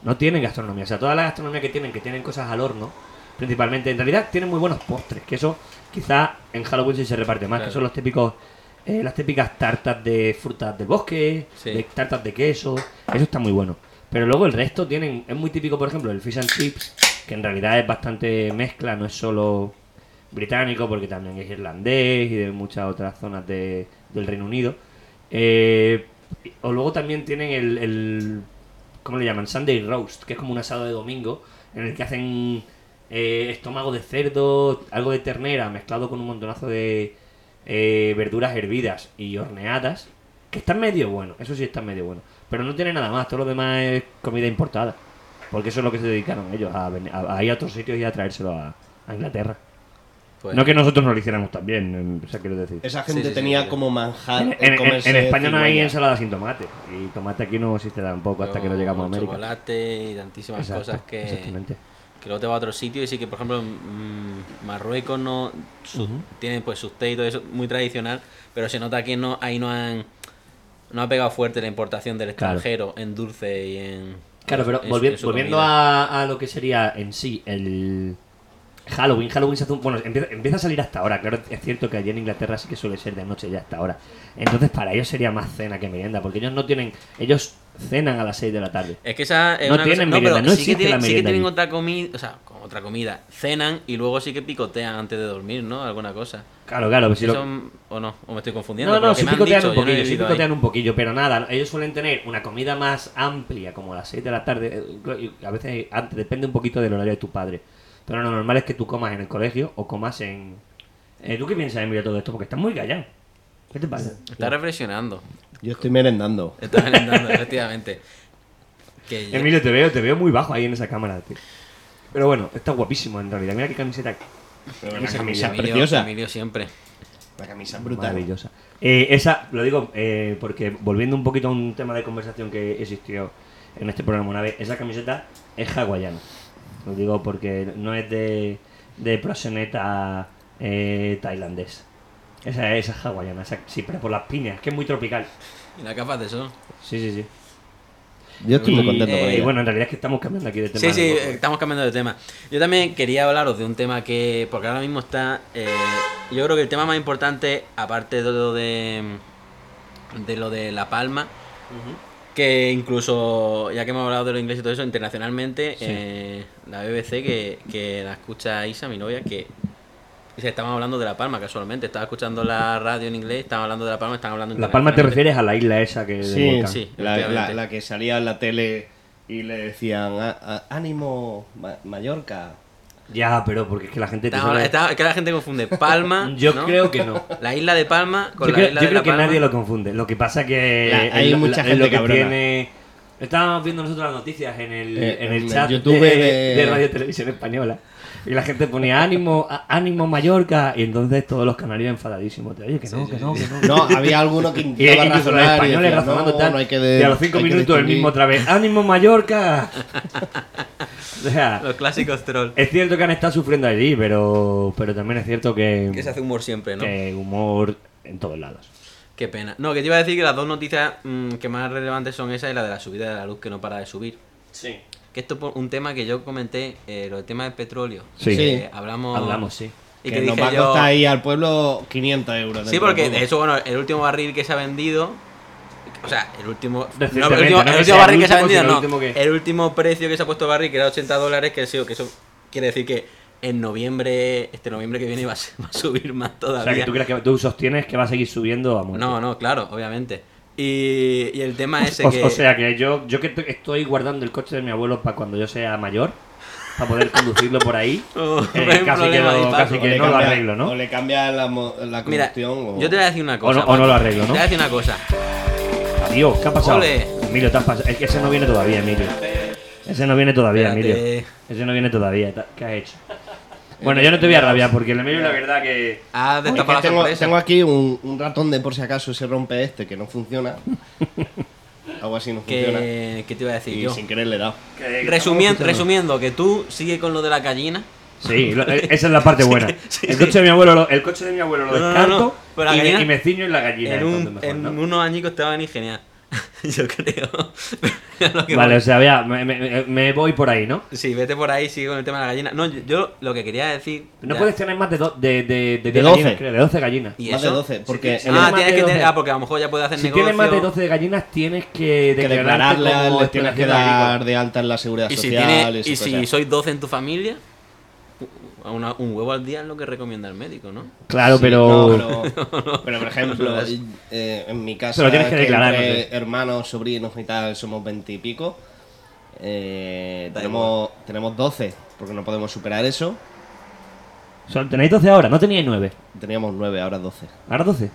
B: No tienen gastronomía, o sea, toda la gastronomía que tienen, que tienen cosas al horno, principalmente, en realidad tienen muy buenos postres, que eso quizá en Halloween sí se reparte más,
E: Claro.
B: que son los típicos... eh, las típicas tartas de frutas del bosque,
E: Sí.
B: de tartas de queso, eso está muy bueno. Pero luego el resto tienen, es muy típico, por ejemplo, el fish and chips, que en realidad es bastante mezcla, no es solo británico, porque también es irlandés y de muchas otras zonas de- del Reino Unido. Eh, o luego también tienen el, el- ¿cómo le llaman? Sunday roast, que es como un asado de domingo, en el que hacen eh, estómago de cerdo, algo de ternera, mezclado con un montonazo de eh, verduras hervidas y horneadas, que están medio bueno, eso sí está medio bueno, pero no tiene nada más, todo lo demás es comida importada, porque eso es lo que se dedicaron ellos, a, ven- a- a ir a otros sitios y a traérselo a, a Inglaterra.
E: Pues-
B: No que nosotros no lo hiciéramos también, o sea, quiero decir.
D: Esa
E: Sí,
D: gente
E: sí, sí,
D: tenía
E: sí.
D: como manjar.
B: En,
D: el
B: en- en-
D: comerse
B: en España no hay
D: cigüeña.
B: ensalada sin tomate. Y tomate aquí no existe tampoco hasta que no llegamos a América.
E: Chocolate y tantísimas
B: Exacto,
E: cosas que.
B: Exactamente.
E: que luego te va a otro sitio y sí que por ejemplo mm, Marruecos no su- tienen pues sus té y todo eso muy tradicional pero se nota que no ahí no han no ha pegado fuerte la importación del
B: Claro.
E: extranjero en dulce y en
B: Claro, pero
E: en su-
B: volvi-
E: en su
B: volviendo
E: comida.
B: a, a lo que sería en sí el Halloween, Halloween se hace un- Bueno, empieza, empieza a salir hasta ahora. Claro, es cierto que allí en Inglaterra sí que suele ser de noche ya hasta ahora. Entonces para ellos sería más cena que merienda, porque ellos no tienen... Ellos cenan a las 6 de la tarde.
E: es que esa es
B: No
E: una cosa-
B: tienen merienda,
E: pero
B: no
E: sí que
B: existe la
E: tienen, sí que
B: merienda
E: tienen
B: allí.
E: otra comida o sea con otra comida cenan y luego sí que picotean antes de dormir no alguna cosa
B: Claro, claro. pues si lo-
E: Eso, mm, o no o me estoy confundiendo
B: No,
E: por
B: no,
E: lo que
B: sí
E: me han
B: picotean
E: dicho,
B: un
E: yo no he
B: poquillo, sí
E: vivido ahí.
B: picotean un poquillo, pero nada, ellos suelen tener una comida más amplia, como a las 6 de la tarde, eh, y a veces antes, depende un poquito del horario de tu padre. Pero lo normal es que tú comas en el colegio o comas en... Eh, ¿Tú qué piensas, Emilio, de todo esto? Porque estás muy callado. ¿Qué te pasa?
E: está reflexionando
D: Yo estoy merendando.
E: está merendando, efectivamente que ya-
B: Emilio, te veo, te veo muy bajo ahí en esa cámara, tío. Pero bueno, está guapísimo en realidad. Mira qué camiseta
D: Una
B: Esa
D: camisa
E: Emilio-
D: preciosa.
E: Emilio siempre
D: Una camisa brutal.
B: Maravillosa. Eh, esa, lo digo eh, porque volviendo un poquito a un tema de conversación que existió en este programa una vez, esa camiseta es hawaiana. Lo digo porque no es de, de proxeneta eh, tailandés. Esa es, esa es hawaiana, esa- sí, pero por las piñas, que es muy tropical.
E: Y la capa de sol.
B: Sí, sí, sí.
C: Yo estoy muy
B: Y-
C: contento con
B: y
E: ello.
B: bueno, en realidad es que estamos cambiando aquí de tema.
E: Sí, sí, eh,
B: ¿no?
E: estamos cambiando de tema. Yo también quería hablaros de un tema que, porque ahora mismo está, eh, yo creo que el tema más importante, aparte de lo de, de lo de La Palma, que incluso, ya que hemos hablado de lo inglés y todo eso, internacionalmente, eh, la BBC, que, que la escucha Isa, mi novia, que se estaban hablando de La Palma casualmente, estaba escuchando la radio en inglés, estaban hablando de La Palma, estaban hablando
B: La Palma te
E: internacionalmente.
B: refieres a la isla esa que del volcán.
E: sí.
C: La, la-
E: efectivamente.
C: la que salía en la tele y le decían "Á- á- ánimo, Ma- Mallorca.
B: Ya, pero porque es que la gente te
E: Estaba-
B: sabe-
E: estaba- que la gente confunde Palma.
B: Yo
E: ¿no?
B: creo que no.
E: La isla de Palma con
B: Yo
E: la
B: creo,
E: isla
B: yo
E: de
B: creo
E: La
B: que
E: Palma.
B: nadie lo confunde. Lo que pasa que
C: La-
B: es
C: hay
B: lo-
C: mucha
B: es
C: gente
B: lo que
C: cabrona.
B: tiene- Estábamos viendo nosotros las noticias en el,
C: Eh,
B: en el
C: en
B: chat
C: el YouTube
B: de,
C: de-
B: de Radio Televisión Española. Y la gente ponía ánimo, a- ánimo Mallorca. Y entonces todos los canarios enfadadísimos. Te, Oye, que no,
E: Sí,
B: que
E: sí,
B: no,
E: sí.
B: que no.
C: No, había alguno que
B: Y,
C: intentaba
B: incluso los
C: razonar y
B: españoles
C: decía,
B: razonando
C: "No,
B: tal.
C: no hay que de-
B: y a los cinco
C: hay que
B: minutos el
C: distinguir".
B: mismo otra vez. ¡Ánimo Mallorca! o sea,
E: Los clásicos troll.
B: es cierto que han estado sufriendo allí, pero, pero también es cierto que,
E: Que se hace humor siempre, ¿no?
B: que humor en todos lados.
E: Qué pena. No, que te iba a decir que las dos noticias mm, que más relevantes son esa y la de la subida de la luz que no para de subir.
B: Sí.
E: Que esto es un tema que yo comenté, eh, lo del tema del petróleo.
B: Sí.
C: Sí.
E: Que hablamos.
B: Hablamos, sí.
E: Y
C: que,
E: que,
C: nos va
E: dije
C: a
E: yo.
C: costar ahí al pueblo 500 euros.
E: Sí,
C: dentro
E: porque
C: de poco.
E: de hecho, bueno, el último barril que se ha vendido. O sea, el último. no, el
B: Recientemente,
E: último,
B: no que
E: el último
B: sea el
E: barril que se ha
B: último,
E: vendido,
B: sino
E: no.
B: el último que-
E: El último precio que se ha puesto barril, que era 80 dólares, que ha sido que eso quiere decir que en noviembre, este noviembre que viene, va a, ser- va a subir más
B: O
E: todavía.
B: sea, que tú crees que tú sostienes que va a seguir subiendo a muerte.
E: No, no, claro, obviamente. Y, y el tema ese
B: O,
E: que.
B: o sea, que yo, yo que t- estoy guardando el coche de mi abuelo para cuando yo sea mayor, para poder conducirlo por ahí.
E: Oh,
B: eh,
E: no hay
B: casi que
E: problema,
B: lo,
E: disparo.
B: casi que
C: O le
B: no lo
C: cambia-
B: arreglo, ¿no?
C: O le cambia la, mo- la
E: Mira,
C: combustión. o-
E: yo te voy a decir una cosa.
B: no- o no
E: Paco.
B: lo arreglo, ¿no?
E: Te voy a decir una cosa.
B: Dios, ¿qué ha pasado?
E: Ole.
B: Emilio, te has pasado. Es que ese no viene todavía, Emilio. Ese no viene todavía,
E: Espérate.
B: Emilio. Ese no viene todavía. Ta- ¿Qué has hecho? Bueno, yo no te voy a rabiar porque el Emilio, la verdad, que.
E: Ah,
C: Es que
E: destapado la
C: tengo,
E: sorpresa.
C: tengo aquí un, un ratón de por si acaso se rompe este que no funciona. Algo así no funciona.
E: que, que te iba a decir
C: Y
E: yo.
C: sin querer le he dado.
B: que- que
E: Resumiendo,
B: estamos escuchando.
E: resumiendo, que tú sigue con lo de la gallina.
B: Sí, lo- eh, esa es la parte buena.
E: sí,
B: el,
E: sí.
B: coche de mi abuelo, lo- el coche de mi abuelo lo
E: No, no, no,
B: descarto
E: no. Pero la
B: y, me,
E: gallina-
B: y me ciño en la gallina.
E: en
B: es
E: un-
B: donde mejor,
E: en
B: ¿no?
E: unos añicos te va a venir genial. yo creo. Lo que
B: Vale,
E: voy.
B: o sea, vea, me, me- me voy por ahí, ¿no?
E: Sí, vete por ahí, sigue con el tema de la gallina. No, yo, yo lo que quería decir.
B: No
E: ya.
B: puedes tener más de, do- de, de, de,
C: De 12.
B: 12. Gallinas, creo, de 12 gallinas.
E: ¿Y
C: Más de
E: eso?
C: 12, porque
B: sí.
C: el-
E: Ah,
B: más
E: tienes
B: de
E: que
B: 12.
E: tener. Ah, porque a lo mejor ya puedes hacer
B: si
E: negocio.
B: tienes más de 12 gallinas, tienes que
C: que
B: declararte
C: declararla,
B: como
C: les tienes que
B: explotación
C: dar
B: agrícola.
C: de alta en la seguridad
E: Y si,
C: social.
E: tiene-
C: y
E: y
C: esas
E: si
B: pues
C: cosas.
E: sois 12 en tu familia, u- una- un huevo al día es lo que recomienda el médico, ¿no?
B: Claro,
C: Sí,
B: pero...
C: no, pero, pero, por ejemplo, eh, en mi casa,
B: Se lo tienes que declarar,
C: entre
B: no sé.
C: hermanos, sobrinos y tal, somos 20 y pico. eh, tenemos, tenemos 12, porque no podemos superar eso.
B: Solo tenéis 12 ahora, no teníais 9.
C: Teníamos 9, ahora 12.
B: Ahora 12.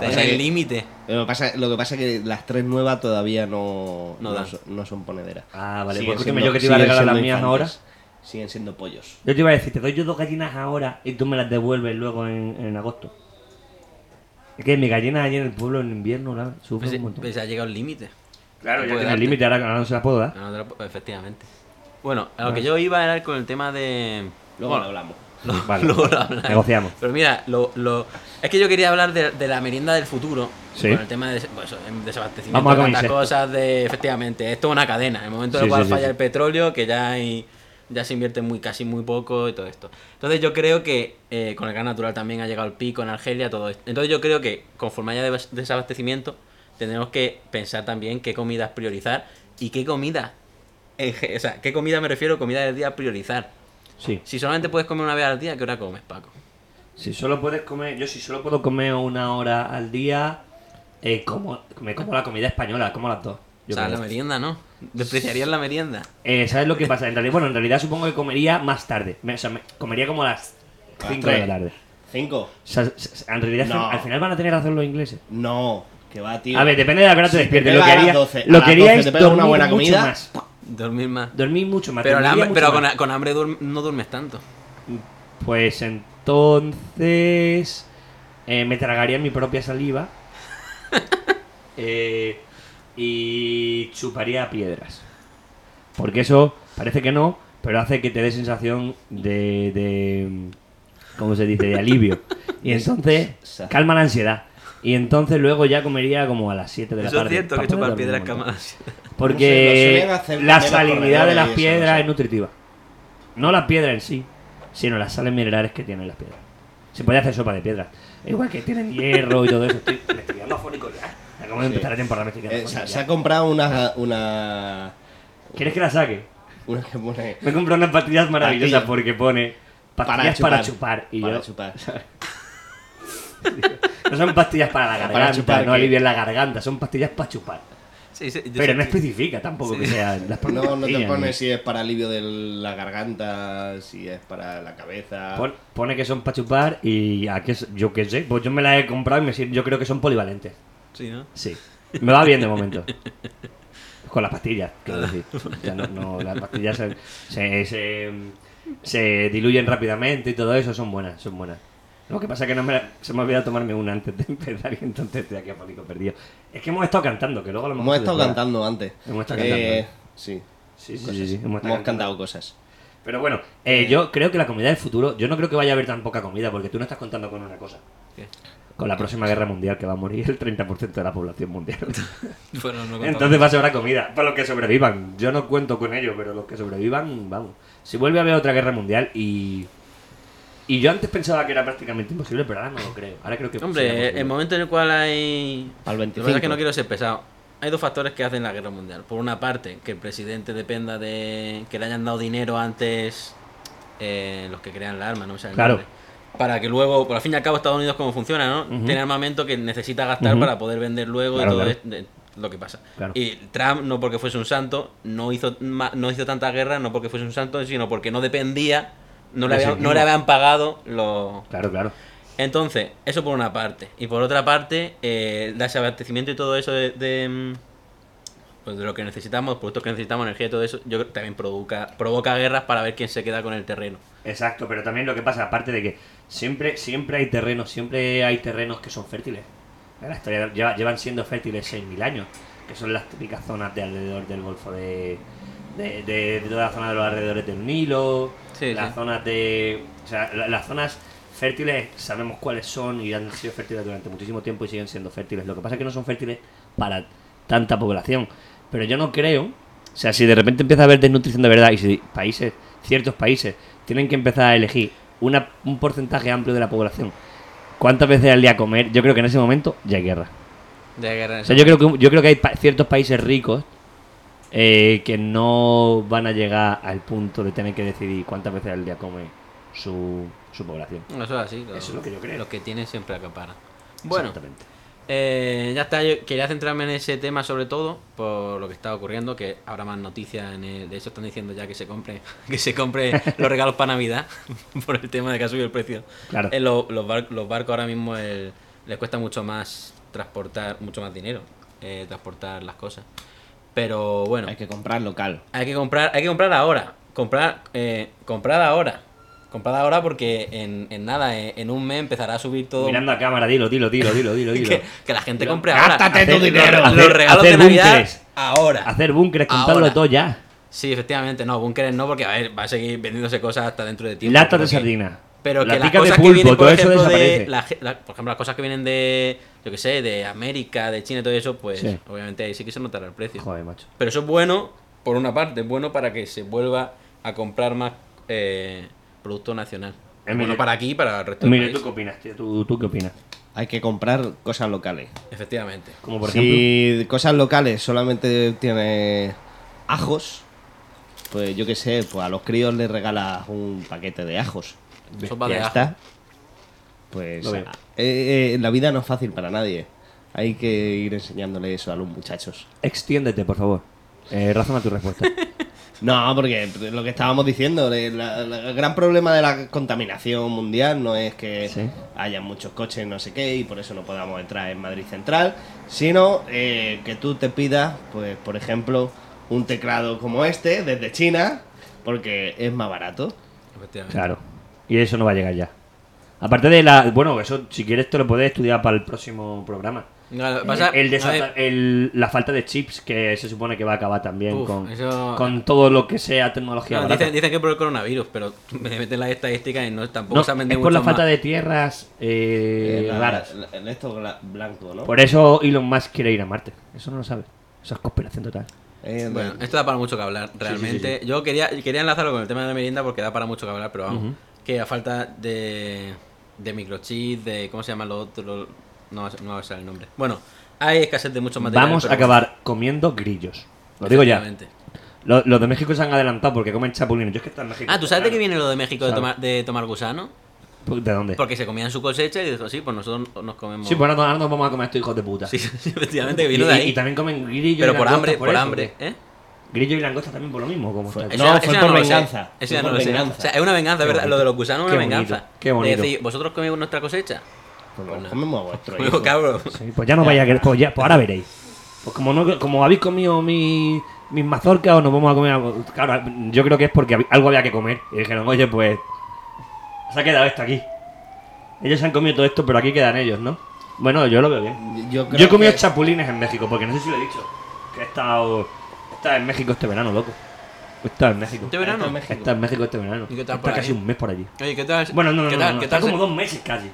E: Ten
C: sea
E: el
C: que-
E: límite.
C: Lo que, pasa, lo que pasa es que las tres nuevas todavía no,
E: No
C: no,
E: dan.
C: son, no son ponederas.
B: Ah, vale,
C: Siguen
B: pues escúchame,
C: siendo-
B: yo que te iba a
C: siguen
B: regalar las
C: siendo
B: mías ahora.
C: infantes. Siguen siendo pollos.
B: Yo te iba a decir, te doy yo dos gallinas ahora y tú me las devuelves luego en, en agosto. Es que mis gallinas allí en el pueblo en invierno la, sufren
E: Pues,
B: un montón.
E: pues ha llegado el límite.
B: claro,
E: no
B: ya tiene
E: puede
B: el
E: darte.
B: límite, ahora, ahora no se las puedo dar.
E: Ah, no te lo- Efectivamente. Bueno, a lo que yo iba era con el tema de.
C: Luego lo hablamos.
E: lo-
B: Vale.
E: luego lo hablamos.
B: Negociamos.
E: Pero mira, lo, lo- es que yo quería hablar de, de la merienda del futuro.
B: Sí.
E: Con el tema de pues, eso, em, desabastecimiento,
B: Vamos a
E: tantas
B: comer
E: cosas de. Efectivamente, esto es una cadena. El momento en
B: Sí,
E: el cual
B: sí, sí,
E: falla
B: sí.
E: el petróleo, que ya hay- ya se invierte muy casi muy poco y todo esto. Entonces yo creo que eh, con el gas natural también ha llegado el pico en Argelia, todo esto. Entonces yo creo que conforme haya des- desabastecimiento, tendremos que pensar también qué comidas priorizar y qué comida. en ge- O sea, ¿qué comida me refiero? Comida del día priorizar.
B: Sí.
E: Si solamente puedes comer una vez al día, ¿qué hora comes, Paco?
B: Si solo puedes comer, yo si solo puedo comer una hora al día, eh, como, me como la comida española, como las dos.
E: O
B: yo
E: sea, la
B: creo.
E: merienda, ¿no? Despreciarías la merienda.
B: Eh, ¿Sabes lo que pasa? En realidad, bueno, en realidad supongo que comería más tarde. Me- o sea, me- comería como a las
C: A las
B: 5 de la
C: tres.
B: tarde.
C: ¿Cinco?
B: O sea, s- s- en realidad,
C: No.
B: al final van a tener razón los ingleses.
C: No, que va, tío.
B: A ver, depende de la hora que te
C: Si
B: despiertes.
C: pega
B: Lo que
C: a las
B: haría,
C: 12, a
B: lo
C: las
B: que haría
C: 12 te
B: es
C: pega una
B: dormir
C: buena
B: mucho
C: comida.
B: más.
E: Dormir más.
B: Dormir mucho más.
E: Pero, el
B: dormiría
E: hambre-
B: mucho
E: pero
B: más.
E: con, con hambre duerm- no duermes tanto.
B: Pues entonces eh, me tragaría mi propia saliva eh, y chuparía piedras. Porque eso parece que no, pero hace que te dé sensación de, de ¿cómo se dice? De alivio. Y entonces calma la ansiedad. Y entonces luego ya comería como a las 7 de la
E: Eso es
B: tarde.
E: cierto,
B: Pa'
E: que
B: poder
E: chupar
B: dormir
E: piedras
B: un montón.
E: camas.
B: Porque
C: Lo suelen hacer
B: la
C: también los
B: salinidad de
C: corredores
B: las
C: y eso,
B: piedras
C: no sé.
B: es nutritiva. No la piedra en sí, sino las sales minerales que tienen las piedras. Se puede hacer sopa de piedra. Igual que tienen hierro y todo eso. Estoy, me estoy quedando afónico ya. Acabo de
C: Sí.
B: empezar la temporada. me estoy quedando
C: Eh, se,
B: afónico
C: se
B: ya.
C: ha comprado una, una.
B: ¿Quieres que la saque?
C: Una que pone.
B: Me compré unas pastillas maravillosas
C: Pastillas.
B: porque pone pastillas para chupar. y
C: para
B: yo-
C: chupar.
B: no son pastillas para la
C: Para
B: garganta,
C: chupar,
B: no
C: ¿qué?
B: alivian la garganta, son pastillas para chupar.
E: Sí, sí, yo
B: Pero no
E: sentí-
B: especifica tampoco que sean las
C: No, no te
B: pastillas,
C: pone si es para alivio de la garganta, si es para la cabeza.
B: Pon- pone que son para chupar y a qué s- yo qué sé, pues yo me las he comprado y me sir- yo creo que son polivalentes.
E: Sí, ¿no?
B: Sí. Me va bien de momento. Con las pastillas, quiero decir. O sea, no, no, las pastillas se, se, se- se diluyen rápidamente y todo eso, son buenas, son buenas. Lo que pasa es que no me la- se me ha olvidado tomarme una antes de empezar y entonces estoy aquí apático perdido. Es que hemos estado cantando, que luego a lo mejor
C: Hemos
B: se
C: estado
B: nos va.
C: cantando antes. Eh,
B: Hemos estado cantando.
C: sí.
B: Sí, sí,
C: cosas.
B: sí, sí, hemos
C: Hemos,
B: estado cantando.
C: cantado cosas.
B: Pero bueno, eh, yo creo que la comida del futuro, yo no creo que vaya a haber tan poca comida, porque tú no estás contando con una cosa.
E: ¿Qué?
B: Con la próxima guerra mundial que va a morir el 30% de la población mundial.
E: Bueno, no contaba.
B: Entonces va a sobrar comida para los que sobrevivan. Yo no cuento con ello, pero los que sobrevivan, vamos. Si vuelve a haber otra guerra mundial y... Y yo antes pensaba que era prácticamente imposible, pero ahora no lo creo. Ahora creo que... sería
E: Hombre, eh,
B: posible.
E: el momento en el cual hay.
D: Al
E: Lo que pasa es que
D: 25.
E: no quiero ser pesado. Hay dos factores que hacen la guerra mundial. Por una parte, que el presidente dependa de que le hayan dado dinero antes eh, los que crean la arma, ¿no? O sea, el
B: Claro.
E: nombre. Para que luego, por al fin y al cabo, Estados Unidos, como funciona, ¿no?
B: Ujú.
E: Tiene armamento que necesita gastar
B: Ujú.
E: para poder vender luego
B: Claro,
E: y todo
B: claro.
E: es- de- lo que pasa.
B: Claro.
E: Y Trump, no porque fuese un santo, no hizo, ma- no hizo tanta guerra, no porque fuese un santo, sino porque no dependía, no le,
B: De sí
E: habían, no
B: mismo.
E: le habían pagado los,
B: Claro, claro.
E: entonces, eso por una parte. Y por otra parte, eh, el desabastecimiento y todo eso de, de, mm, pues de lo que necesitamos, productos que necesitamos, energía y todo eso, yo creo que también provoca, provoca guerras para ver quién se queda con el terreno.
B: Exacto, pero también lo que pasa, aparte de que siempre, siempre hay terrenos, siempre hay terrenos que son fértiles. La historia de- lleva- llevan siendo fértiles 6.000 años, que son las típicas zonas de alrededor del Golfo de... De, de- de toda la zona de los alrededores del Nilo,
E: Sí,
B: las
E: sí.
B: zonas de... O sea, la- las zonas fértiles sabemos cuáles son y han sido fértiles durante muchísimo tiempo y siguen siendo fértiles. Lo que pasa es que no son fértiles para tanta población. Pero yo no creo o sea, si de repente empieza a haber desnutrición de verdad y si países, ciertos países, tienen que empezar a elegir una, un porcentaje amplio de la población, ¿cuántas veces al día comer? Yo creo que en ese momento ya hay guerra.
E: De guerra.
B: O sea, yo creo que, yo creo que hay pa- ciertos países ricos eh, que no van a llegar al punto de tener que decidir cuántas veces al día come su, su población.
E: Eso es así. lo-
B: Eso es lo que yo creo.
E: Los que tienen siempre acaparan. Bueno,
B: Exactamente.
E: eh, ya está. Yo quería centrarme en ese tema sobre todo por lo que está ocurriendo, que habrá más noticias. En el- de hecho, están diciendo ya que se compre, que se compre los regalos para Navidad por el tema de que ha subido el precio.
B: Claro.
E: Eh, lo- los, bar- los barcos ahora mismo el- les cuesta mucho más transportar, mucho más dinero eh, transportar las cosas. Pero bueno,
C: Hay que comprar local.
E: hay que comprar, hay que comprar ahora. Comprar, eh, comprad ahora. Comprad ahora porque en, en nada, eh, en un mes empezará a subir todo.
B: Mirando a cámara, dilo, dilo, dilo, dilo, dilo. dilo.
E: que, que la gente compre ahora.
C: Gástate tu
E: Hacer-
C: dinero.
E: Los,
B: Hacer-
E: regalos
B: hacer
E: de Navidad
B: búnkeres.
E: ahora.
B: Hacer búnkeres, comprarlo
E: Ahora.
B: todo ya.
E: Sí, efectivamente. No, búnkeres no, porque a ver, va a seguir vendiéndose cosas hasta dentro de tiempo.
B: Latas
E: pero
B: de
E: que-
B: sardina.
E: Pero que las
B: latica
E: cosas
B: de pulpo,
E: que vienen, por
B: todo
E: ejemplo,
B: eso
E: de,
B: desaparece.
E: la ge- la- por ejemplo, las cosas que vienen de, yo que sé, de América, de China y todo eso, pues
B: Sí.
E: obviamente ahí sí que se notará el precio.
B: Joder, macho.
E: Pero eso es bueno, por una parte, es bueno para que se vuelva a comprar más eh, producto nacional.
B: Eh,
E: bueno
B: mire-
E: para aquí y para el resto del
B: Mire,
E: país.
B: ¿tú qué opinas, tío? ¿Tú, tú qué opinas?
C: Hay que comprar cosas locales.
E: Efectivamente.
B: Como por ejemplo.
C: si cosas locales solamente tiene ajos, pues yo qué sé, pues a los críos les regalas un paquete de ajos.
E: Sopa
C: ya
E: de ajo.
C: está. Pues
B: Lo veo.
C: eh, eh, la vida no es fácil para nadie. Hay que ir enseñándole eso a los muchachos.
B: Extiéndete, por favor. Eh, razona tu respuesta.
C: No, porque lo que estábamos diciendo, de la- la- el gran problema de la contaminación mundial no es que
B: Sí.
C: haya muchos coches, no sé qué, y por eso no podamos entrar en Madrid Central, sino eh, que tú te pidas, pues, por ejemplo, un teclado como este desde China, porque es más barato.
E: Efectivamente.
B: claro. Y eso no va a llegar ya. Aparte de la. Bueno, eso, si quieres, te lo puedes estudiar para el próximo programa.
E: Claro, pasa-
B: el
E: a
B: desata-
E: ver,
B: el- la falta de chips que se supone que va a acabar también
E: Uf,
B: con,
E: eso-
B: con todo lo que sea tecnología.
E: claro,
B: barata.
E: dicen, dicen que por el coronavirus, pero me meten las estadísticas y no, tampoco
B: No,
E: se han
B: es
E: vendido
B: por la
E: mucho
B: falta
E: más.
B: de tierras eh,
C: Eh, la-
B: raras.
C: la- el esto gla- blanco, ¿no?
B: Por eso Elon Musk quiere ir a Marte. Eso no lo sabe. Eso es conspiración total.
C: Eh,
E: Bueno,
C: de-
E: esto da para mucho que hablar, realmente. Yo quería, quería enlazarlo con el tema de la merienda porque da para mucho que hablar, pero vamos. Que a falta de, de microchip, de. ¿Cómo se llama lo otro? No, no va a ser el nombre. Bueno, hay escasez de muchos materiales.
B: Vamos a
E: pero-
B: acabar comiendo grillos. Lo digo ya.
E: Efectivamente.
B: Lo- Los, de México se han adelantado porque comen chapulines. Yo es que está en México.
E: Ah, ¿tú sabes de qué viene lo de México de
B: Sabe.
E: tomar, de tomar gusano?
B: ¿De dónde?
E: Porque se comían su cosecha y dijo, sí, pues nosotros nos comemos.
B: Sí, pues ahora, ahora nos vamos a comer estos hijos de puta.
E: Sí, sí, efectivamente, que
B: y,
E: vino de
B: y-
E: ahí.
B: y también comen grillos
E: pero
B: y
E: por
B: langostas
E: hambre, por
B: eso,
E: hambre,
B: ¿qué?
E: ¿eh?
B: Grillos y langosta también por lo mismo. Como está.
E: Esa-
C: No,
E: esa
C: fue
E: ya
C: por
E: lo sé.
C: venganza,
E: Esa
C: fue
E: ya no
C: por
E: lo sé.
C: venganza.
E: O sea, es una venganza,
B: Qué
E: ¿verdad? Lo de los gusanos es
B: Qué
E: una
B: bonito,
E: venganza.
B: qué bonito.
E: Es decir, vosotros coméis nuestra cosecha.
C: Pues nos comemos a vuestro
E: Luego,
C: hijo.
E: cabrón.
B: Sí, pues ya no vaya a querer- pues, ya, pues ahora veréis. Pues como no, como habéis comido mi, mis mazorcas o nos vamos a comer. algo- Claro, yo creo que es porque hab- algo había que comer. Y dijeron, oye, pues. Se ha quedado esto aquí. Ellos se han comido todo esto, pero aquí quedan ellos, ¿no? Bueno, yo lo veo bien.
C: Yo, creo
B: Yo he comido
C: que-
B: chapulines en México, porque no sé si lo he dicho. Que he estado. He estado en México este verano, loco. He estado en México.
E: Este verano.
C: Está en
B: He estado en México este verano.
E: ¿Y qué
B: Está
E: tal por
B: casi
E: ahí?
B: un mes por allí.
E: Oye, ¿qué tal?
B: Bueno, no, no,
E: ¿Qué
B: no,
E: tal?
B: no,
E: ¿Qué
B: está
E: tal?
B: como dos meses casi.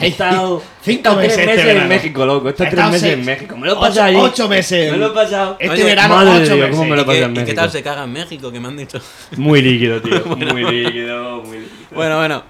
B: He estado,
C: Cinco
B: he estado
C: meses
B: tres
C: este
B: meses en
C: verano.
B: México, loco. He estado
C: He
B: tres
C: estado
B: meses
C: seis.
B: en México. Me lo he
C: Ocho-
B: pasado allí.
C: ocho meses.
B: Me lo he pasado.
C: Este
E: Oye,
C: verano,
B: madre de
C: ocho
B: Dios, ¿cómo me
C: meses.
B: lo
E: ¿Y
B: he pasado
E: qué,
B: en
E: y qué
B: México?
E: tal se caga en México? Que me han dicho.
B: Muy líquido, tío. Muy líquido, muy líquido.
E: Bueno, bueno.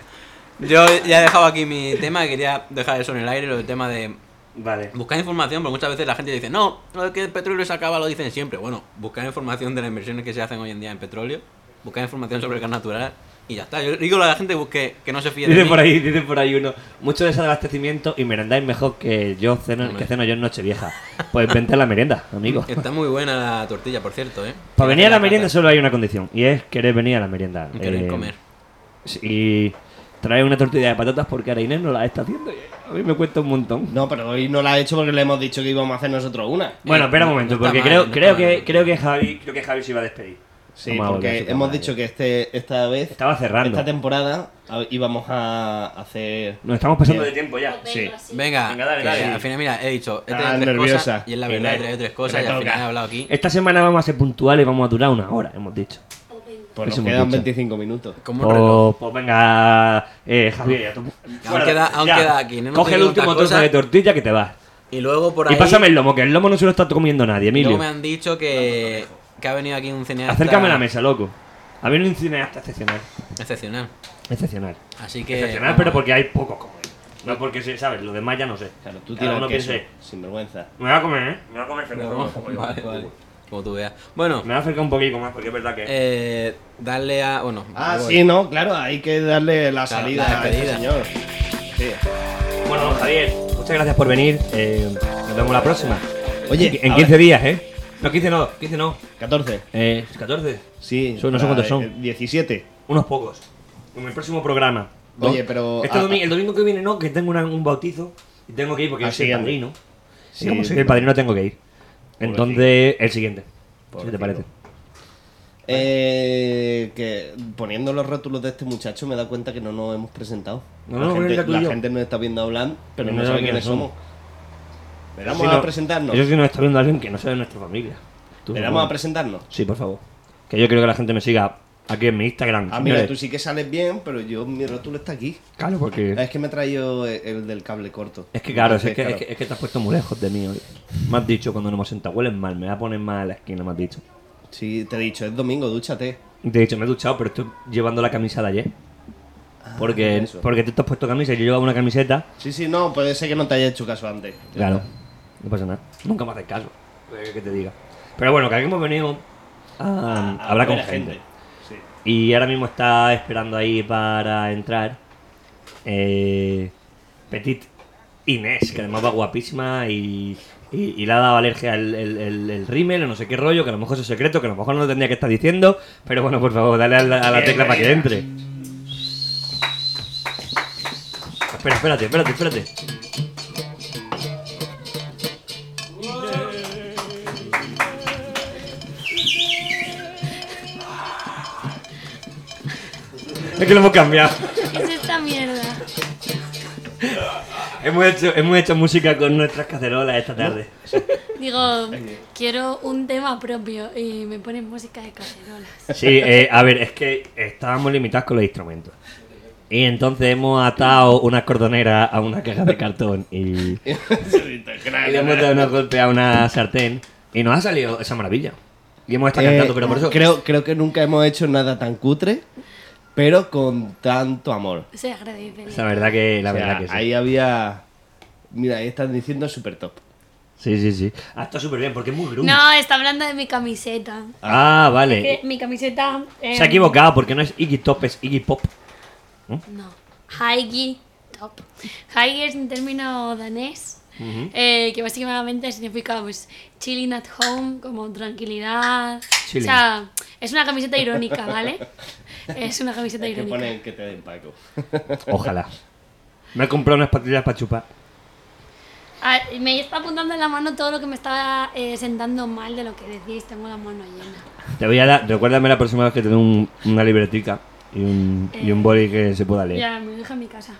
E: Yo ya he dejado aquí mi tema. Quería dejar eso en el aire. Lo del tema de
B: Vale.
E: buscar información. Porque muchas veces la gente dice, no, lo que el petróleo se acaba lo dicen siempre. Bueno, buscar información de las inversiones que se hacen hoy en día en petróleo. Buscar información sobre el gas natural. Y ya está. Yo digo a la gente busque, que no se fíe de
B: Dice
E: mí.
B: por ahí, dice por ahí uno, mucho desabastecimiento y merendáis mejor que yo ceno,
E: Hombre.
B: que ceno yo en Nochevieja. Pues vente a la merienda, amigo.
E: Está muy buena la tortilla, por cierto, ¿eh?
B: Para venir a Pues la merienda solo hay una condición, y es querer venir a la merienda.
E: Querer
B: Eh,
E: comer.
B: Y traer una tortilla de patatas porque ahora Inés no la está haciendo. y a mí me cuesta un montón.
C: No, pero hoy no la he hecho porque le hemos dicho que íbamos a hacer nosotros una.
B: Bueno, espera un momento,
E: Eh, no está
B: porque
E: mal,
B: creo,
E: no
B: creo,
E: está mal.
B: que, creo, que Javi, creo que Javi se iba a despedir.
C: Sí,
B: Vamos a volver a
C: porque hemos
B: su cámara,
C: dicho
B: ya.
C: que este, esta vez,
B: eh. Estaba cerrando.
C: esta temporada, a- íbamos a hacer...
B: Nos estamos pasando
C: Bien.
B: de tiempo ya.
C: Sí.
E: Venga,
B: Venga, dale,
E: que
B: dale.
E: al final, mira, he dicho, he
C: Ah,
E: traído tres
C: nerviosa.
E: cosas, y es la verdad, he traído tres cosas, y
C: Me
E: al
C: toca.
E: final he hablado aquí.
B: Esta semana vamos a ser puntuales y vamos a durar una hora, hemos dicho.
C: Pues
B: Eso
C: nos
B: hemos
C: quedan
B: dicho.
C: 25 minutos.
E: Como un reloj.
B: Pues, pues venga, eh, Javier, ya tú. Fuera,
E: queda- aún
B: ya.
E: queda aquí, no hemos
B: Coge el
E: tenido
B: último
E: otras
B: trozo
E: cosas.
B: de tortilla que te vas.
E: Y luego por
B: Y
E: ahí.
B: pásame el lomo, que el lomo no se lo está comiendo nadie, Emilio.
E: Luego me han dicho que, que ha venido aquí un cineasta.
B: Acércame a la mesa, loco. Ha venido un cineasta excepcional.
E: Excepcional.
B: Excepcional.
E: Así que.
B: excepcional,
E: vamos
B: pero
E: a-
B: porque hay pocos como él. No porque, se- ¿sabes? Lo demás ya no sé.
C: Claro, tú
B: Cada
C: tiras
B: uno
C: queso,
B: piense,
C: sin vergüenza.
B: Me va a comer, ¿eh? Me va a comer Fernando.
E: Vale, vale. Como tú veas. Bueno,
B: Me va a acercar un poquito más porque es verdad que.
E: eh, darle a. Bueno,
C: Ah,
E: voy.
C: sí, no, claro, hay que darle la salida
E: la
C: a este
E: despedida.
C: señor. Sí.
B: Bueno, Javier, muchas gracias por venir. eh, nos vemos la próxima.
C: Oye,
B: en
C: a
B: 15
C: ver,
B: días, ¿eh? No, 15 no, 15 no.
C: 14.
B: Eh, 14.
C: Sí.
B: Son- no sé
C: para,
B: cuántos son.
C: eh, 17.
B: Unos pocos. En el próximo programa.
C: Oye, pero-
B: Este
C: ah,
B: domi-
C: ah.
B: el domingo que viene no, que tengo una- un bautizo. Y tengo que ir porque
C: Ah,
B: yo soy el
C: sí, anda.
B: padrino.
C: Sí,
B: Yo como soy el padrino tengo que ir. Entonces, el siguiente. ¿Qué te
C: Pobrecito.
B: parece?
C: Eh, que poniendo los rótulos de este muchacho me da cuenta que no nos hemos presentado.
B: No,
C: la
B: no,
C: gente,
B: mira tú y
C: la
B: yo.
C: gente nos está viendo hablar, pero
B: Pero
C: no,
B: no
C: sabe
B: sabe
C: quiénes
B: quiénes
C: somos. Le
B: Eso
C: damos
B: sí
C: a
B: no-
C: presentarnos.
B: Eso sí nos está viendo alguien que no sea de nuestra familia. Tú,
C: Le
B: por
C: damos a
B: favor.
C: presentarnos.
B: Sí, por favor. Que yo quiero que la gente me siga aquí en mi Instagram.
C: Ah, mira,
B: señores.
C: tú sí que sales bien, pero yo mi rótulo está aquí.
B: Claro, porque...
C: Es que me he traído el, el del cable corto.
B: Es que claro, es que,
C: Entonces,
B: es, que, es que te has puesto muy lejos de mí hoy. Me has dicho cuando nos hemos sentado, hueles mal, me va a poner mal a la esquina, me has dicho.
C: Sí, te he dicho, es domingo, dúchate.
B: Y te he dicho, me he duchado, pero estoy llevando la camisa de ayer. Porque,
C: Ah, eso.
B: porque tú te has puesto camisa y yo llevaba una camiseta.
C: Sí, sí, no, puede ser que no te haya hecho caso antes.
B: Claro, no pasa nada. Nunca me haces caso. eh, Que te diga. Pero bueno, que aquí hemos venido a,
C: A
B: hablar
C: ver
B: con
C: a
B: gente.
C: Sí.
B: Y ahora mismo está esperando ahí para entrar eh, Petit Inés, que además va guapísima y, y- y le ha dado alergia al el, el, el rímel o no sé qué rollo, que a lo mejor es un secreto, que a lo mejor no lo tendría que estar diciendo, pero bueno, por favor, dale a la, a la tecla para que entre. Espera, espérate, espérate, espérate. Es que lo hemos cambiado.
F: Es esta mierda.
B: Hemos hecho, hemos hecho música con nuestras cacerolas esta tarde.
F: Digo, quiero un tema propio y me ponen música de cacerolas.
B: Sí, eh, a ver, es que estábamos limitados con los instrumentos. Y entonces hemos atado una cordonera a una caja de cartón y, y le hemos dado unos golpes a una sartén. Y nos ha salido esa maravilla. Y hemos estado
C: Eh,
B: cantando, pero por eso.
C: creo, creo que nunca hemos hecho nada tan cutre, pero con tanto amor.
F: Se agradece.
B: La verdad que, la
C: O sea,
B: verdad que sí.
C: Ahí había. Mira, ahí están diciendo super top.
B: Sí, sí, sí. Ah, está súper bien, porque es muy grunge.
F: No, está hablando de mi camiseta.
B: Ah,
F: Que
B: vale.
F: mi camiseta. eh,
B: Se ha equivocado porque no es Iggy Top, es Iggy Pop.
F: No. Haigi top. Haigi es un término danés eh, que básicamente significa pues chilling at home, como tranquilidad.
B: Chilling.
F: O sea, es una camiseta irónica, ¿vale? Es una camiseta
C: Que
F: irónica.
C: ponen que te den Paco.
B: Ojalá. Me he comprado unas patillas para chupar.
F: Ah, me está apuntando en la mano todo lo que me estaba eh, sentando mal de lo que decís. Tengo la mano llena.
B: Te voy a dar, recuérdame la próxima vez que te dé un- una libretica y un, y un boli que se pueda leer.
F: Eh, Ya, me deja en mi casa.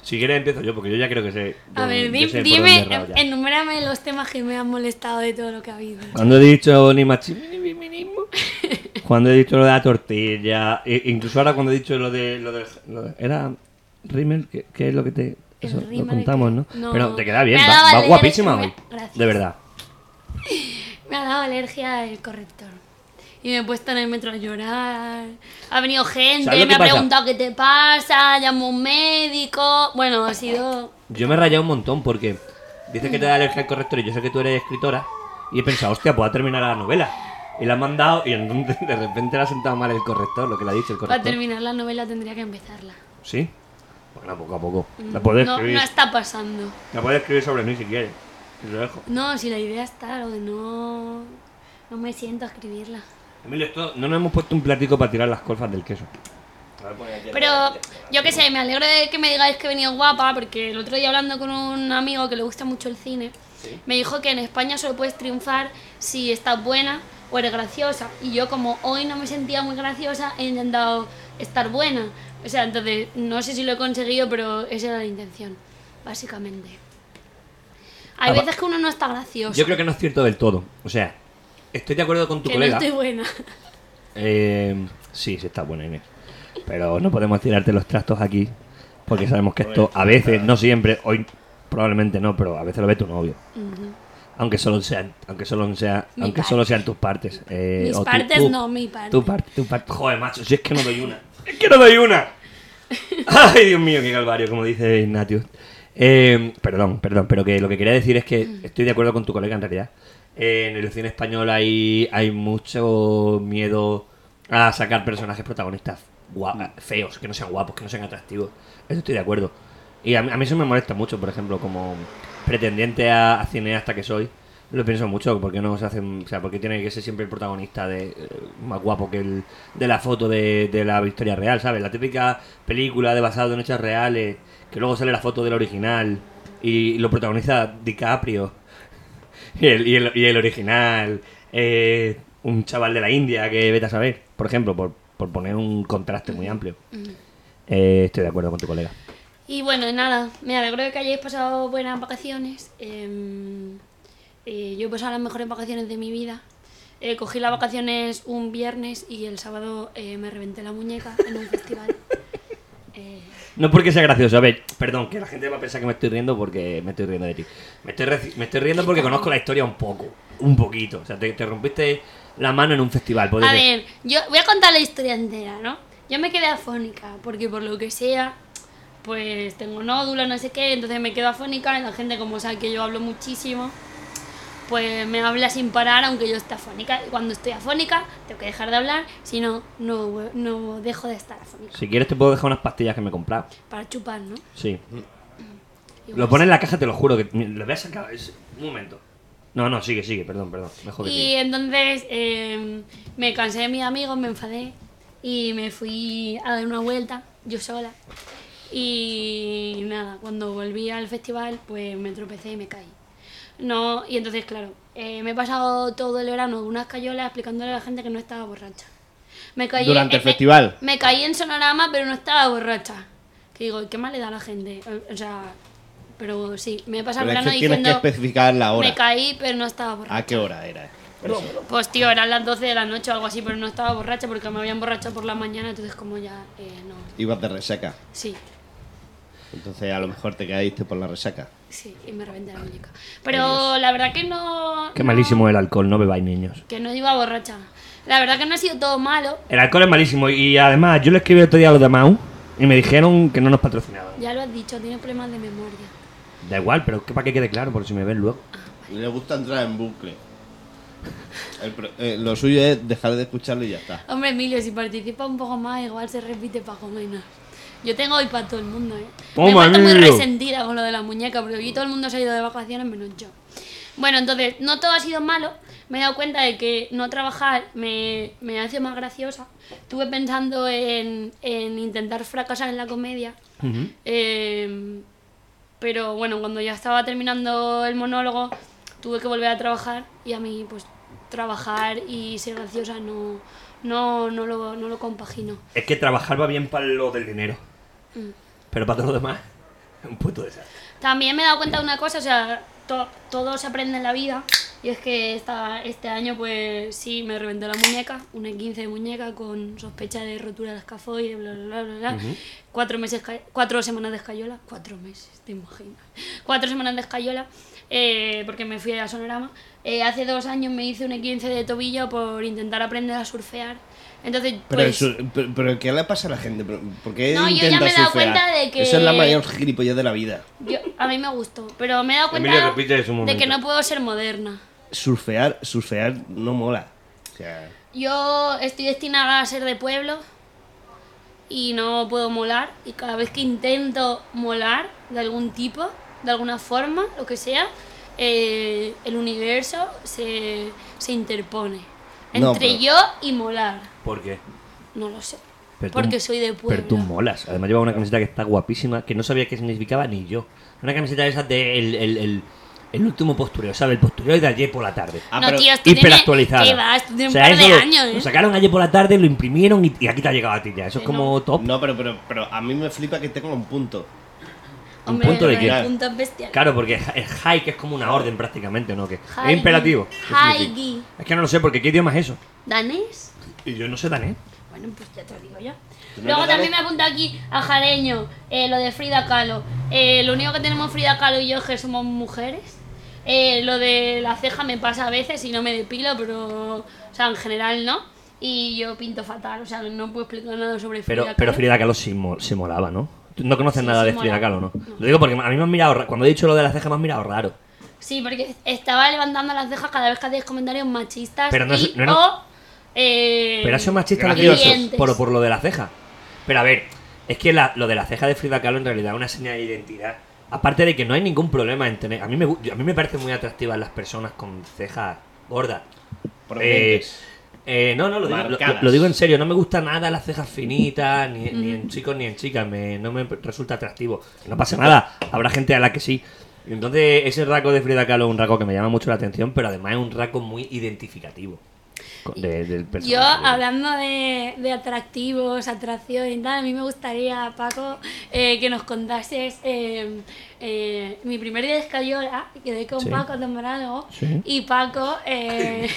B: Si quieres empiezo yo, porque yo ya creo que sé.
F: A
B: yo-
F: ver,
B: yo
F: di-
B: sé por
F: dime, eh,
B: dónde he errado ya.
F: enumérame los temas que me han molestado de todo lo que ha habido.
B: Cuando he dicho ni machismo ni feminismo, cuando he dicho lo de la tortilla, e- incluso ahora cuando he dicho lo de. Lo de, lo de- era Rimmel, que, que es lo que te.
F: El
B: Eso, lo
F: rímel
B: contamos,
F: que-
B: ¿no?
F: no.
B: Pero te queda bien,
F: Me ha dado
B: va,
F: a
B: va
F: leer
B: guapísima
F: el que
B: hoy.
F: me- gracias.
B: De verdad.
F: Me ha dado alergia el corrector. Y me he puesto en el metro a llorar. Ha venido
B: ¿Sabes lo
F: gente,
B: que
F: me ha
B: pasa?
F: preguntado qué te pasa, llamo a un médico. Bueno, ha sido.
B: Yo me he rayado un montón porque dices que te da alergia al corrector y yo sé que tú eres escritora y he pensado, hostia, pues va a terminar la novela. Y la han mandado y entonces de repente le ha sentado mal el corrector, lo que le ha dicho el
F: Para
B: corrector.
F: terminar la novela tendría que empezarla.
B: ¿Sí? Bueno, poco a poco. La puedes
F: No,
B: escribir.
F: no está pasando.
B: La puedes escribir sobre mí si quieres. Te lo dejo.
F: No, si la idea está, lo de no. No me siento a escribirla.
B: Emilio, esto no nos hemos puesto un platico para tirar las colfas del queso.
F: Pero yo qué sé, me alegro de que me digáis que he venido guapa, porque el otro día hablando con un amigo que le gusta mucho el cine, me dijo que en España solo puedes triunfar si estás buena o eres graciosa. Y yo como hoy no me sentía muy graciosa, he intentado estar buena. O sea, entonces no sé si lo he conseguido, pero esa era la intención, básicamente. Hay
B: Ah, va.
F: veces que uno no está gracioso,
B: Yo creo que no es cierto del todo. O sea, estoy de acuerdo con tu
F: que no
B: colega.
F: estoy buena.
B: Eh, sí, sí está bueno, Inés. Pero no podemos tirarte los trastos aquí, porque sabemos que esto a veces, no siempre, hoy probablemente no, pero a veces lo ve tu novio. Aunque solo sean, aunque solo sea,
F: Mi
B: aunque
F: parte.
B: solo sean tus partes. eh,
F: Mis
B: o tu-
F: partes
B: tu-
F: no, mi parte.
B: Tu parte, tu parte. Joder, macho, si es que no doy una. Es que no doy una. Ay, Dios mío, qué calvario, como dice Ignatius. Eh, perdón, perdón, pero que lo que quería decir es que
F: Mm.
B: estoy de acuerdo con tu colega en realidad. Eh, en el cine español hay, hay mucho miedo a sacar personajes protagonistas gua- feos, que no sean guapos, que no sean atractivos. Eso estoy de acuerdo. Y a, mí- a mí eso me molesta mucho, por ejemplo, como pretendiente a, a cineasta que soy. Lo pienso mucho, porque no se hacen. O sea, porque tiene que ser siempre el protagonista de eh, más guapo que el de la foto de, de la historia real, ¿sabes? La típica película de basado en hechos reales, que luego sale la foto del original y lo protagoniza DiCaprio. Y el, y el, y el original, eh, un chaval de la India que vete a saber, por ejemplo, por, por poner un contraste muy amplio. Eh, estoy de acuerdo con tu colega.
F: Y bueno, nada, me alegro de que hayáis pasado buenas vacaciones. em, eh, yo he pasado las mejores vacaciones de mi vida. Eh, cogí las vacaciones un viernes y el sábado eh, me reventé la muñeca en un festival. Eh,
B: No porque sea gracioso, a ver, perdón, que la gente va a pensar que me estoy riendo porque me estoy riendo de ti. Me estoy, reci- me estoy riendo porque conozco la historia un poco, un poquito. O sea, te, te rompiste la mano en un festival. puede
F: a
B: ser.
F: ver, yo voy a contar la historia entera, ¿no? Yo me quedé afónica, porque por lo que sea, pues tengo nódulo, no sé qué, entonces me quedo afónica y la gente como sabe que yo hablo muchísimo, pues me habla sin parar aunque yo esté afónica. Y cuando estoy afónica, tengo que dejar de hablar, si no, no, vu- no dejo de estar afónica.
B: Si quieres te puedo dejar unas pastillas que me he comprado.
F: Para chupar, ¿no?
B: Sí.
F: Igual
B: Lo pones en la caja, te lo juro que lo voy a sacar. es- Un momento. No, no, sigue, sigue, perdón, perdón. Mejor que
F: Y
B: sigue.
F: entonces eh, me cansé de mis amigos, me enfadé y me fui a dar una vuelta yo sola. Y nada, cuando volví al festival pues me tropecé y me caí. No, y entonces claro, eh, me he pasado todo el verano con unas cayolas explicándole a la gente que no estaba borracha. Me caí
C: Durante
F: eh,
C: el
F: me-
C: festival.
F: Me, caí en Sonorama pero no estaba borracha. Que digo, ¿qué más le da a la gente? Eh, O, o sea, pero sí, me he pasado el
C: Pero es
F: verano
C: que tienes que
F: diciendo
C: especificar la hora.
F: me caí pero no estaba borracha.
C: ¿A qué hora era?
F: Pues tío, eran las 12 de la noche o algo así, pero no estaba borracha porque me habían borrachado por la mañana, entonces como ya eh, no.
C: Ibas de reseca.
F: Sí.
C: Entonces a lo mejor te caíste por la resaca.
F: Sí, y me reventé la muñeca. Pero la verdad que no.
B: Qué malísimo el alcohol, no bebáis niños.
F: Que no iba borracha. La verdad que no ha sido todo malo.
B: El alcohol es malísimo y además yo le escribí otro día a los de Mau y me dijeron que no nos patrocinaban.
F: Ya lo has dicho, tiene problemas de memoria.
B: Da igual, pero es que para que quede claro, por si me ven luego.
C: Le gusta entrar en bucle. El pro- eh, lo suyo es dejar de escucharlo y ya está.
F: Hombre, Emilio, si participa un poco más, igual se repite para menos. Yo tengo hoy para todo el mundo, ¿eh? me
B: Toma,
F: falta muy
B: Emilio.
F: resentida con lo de la muñeca, porque aquí todo el mundo se ha ido de vacaciones menos yo. Bueno, entonces, no todo ha sido malo. Me he dado cuenta de que no trabajar me, me hace más graciosa. Estuve pensando en, en intentar fracasar en la comedia. Eh, pero bueno, cuando ya estaba terminando el monólogo, tuve que volver a trabajar y a mí, pues, trabajar y ser graciosa no, no, no, lo, no lo compagino.
B: Es que trabajar va bien para lo del dinero.
F: Mm.
B: Pero para todo lo demás, un puto desastre.
F: También me he dado cuenta de una cosa, o sea, to- todo se aprende en la vida. Y es que esta, este año, pues sí, me reventó la muñeca, una 15 de muñeca con sospecha de rotura de escafoide, bla, bla, bla, bla, bla. cuatro, meses, ca- cuatro semanas de escayola, cuatro meses, te imaginas. Cuatro semanas de escayola, eh, porque me fui a Sonorama. Eh, hace dos años me hice una 15 de tobillo por intentar aprender a surfear. Entonces,
C: Pero,
F: pues,
C: eso- pero, pero ¿qué le pasa a la gente? ¿Por por qué
F: No, yo ya
C: intenta
F: me he dado
C: surfear?
F: cuenta de que-
C: Eso es la mayor gilipollez de la vida.
F: yo- a mí me gustó, pero me he dado cuenta
B: Emilio, repite eso un
F: de que
B: momento.
F: no puedo ser moderna.
C: Surfear, surfear no mola. O sea,
F: Yo estoy destinada a ser de pueblo y no puedo molar. Y cada vez que intento molar de algún tipo, de alguna forma, lo que sea, eh, el universo se, se interpone
C: No,
F: entre
C: pero-
F: yo y molar.
B: ¿Por qué?
F: No lo sé.
B: Pero tú-
F: porque soy de
B: Pero tú
F: pueblo.
B: molas. Además lleva una camiseta que está guapísima, que no sabía qué significaba ni yo. Una camiseta de esas de el, el- el- el último postureo, ¿sabes? El postureo de ayer por la tarde.
C: Ah,
F: no,
C: pero
F: tío, esto tiene,
B: Hiperactualizada.
F: ¿qué va? Esto tiene un
B: O sea,
F: par
B: eso
F: de
B: lo-
F: años, ¿eh?
B: Lo sacaron ayer por la tarde, lo imprimieron y, y aquí te ha llegado a ti ya. Eso es
F: Que
B: como top.
C: No, pero, pero, pero a mí me flipa que tenga un punto.
B: un punto de
F: lo
B: que-
F: punto es bestial.
B: Claro, porque el high que es como una orden prácticamente, ¿no? Que
F: Haigi.
B: es imperativo. ¿Qué
F: Haigi.
B: significa? Es que no lo sé, porque ¿qué idioma es eso?
F: ¿Danés?
B: Y yo no sé danés.
F: Bueno, pues ya te lo digo yo.
C: ¿Tú no
F: Luego
C: te
F: también me apunta aquí a Jareño, eh, lo de Frida Kahlo. Eh, lo único que tenemos Frida Kahlo y yo es que somos mujeres. Eh, lo de la ceja me pasa a veces y no me depilo, pero. O sea, en general no. Y yo pinto fatal, o sea, no puedo explicar nada sobre Frida
B: Pero,
F: Kahlo.
B: pero Frida Kahlo sí mo- se molaba, ¿no? Tú no conoces
F: Sí,
B: nada
F: sí
B: de Frida
F: mola.
B: Kahlo, ¿no?
F: No.
B: Lo digo porque a mí me han mirado ra- Cuando he dicho lo de la ceja me han mirado raro.
F: Sí, porque estaba levantando las cejas cada vez que hacías comentarios machistas.
B: Pero no es-
F: y-
B: no era-
F: o, eh,
B: Pero ha sido machista lo que
F: graciosos.
B: dices, por, por lo de la ceja. Pero a ver, es que la- lo de la ceja de Frida Kahlo en realidad es una señal de identidad. Aparte de que no hay ningún problema en tener... A mí me, gu- a mí me parecen muy atractivas las personas con cejas gordas. Eh,
C: Prominentes.
B: eh, no, no, lo digo, lo- lo-
C: Marcadas.
B: lo digo en serio, no me gustan nada las cejas finitas, ni, ni en chicos ni en chicas, me- no me resulta atractivo. No pasa nada, habrá gente a la que sí. Y Entonces, ese raco de Frida Kahlo es un raco que me llama mucho la atención, pero además es un raco muy identificativo con- de- del personaje.
F: Yo, hablando de, de atractivos, atracción y tal, a mí me gustaría, Paco, eh, que nos contases eh, eh, mi primer día de escayola, quedé con
B: Sí.
F: Paco a tomar algo,
B: Sí.
F: y Paco eh,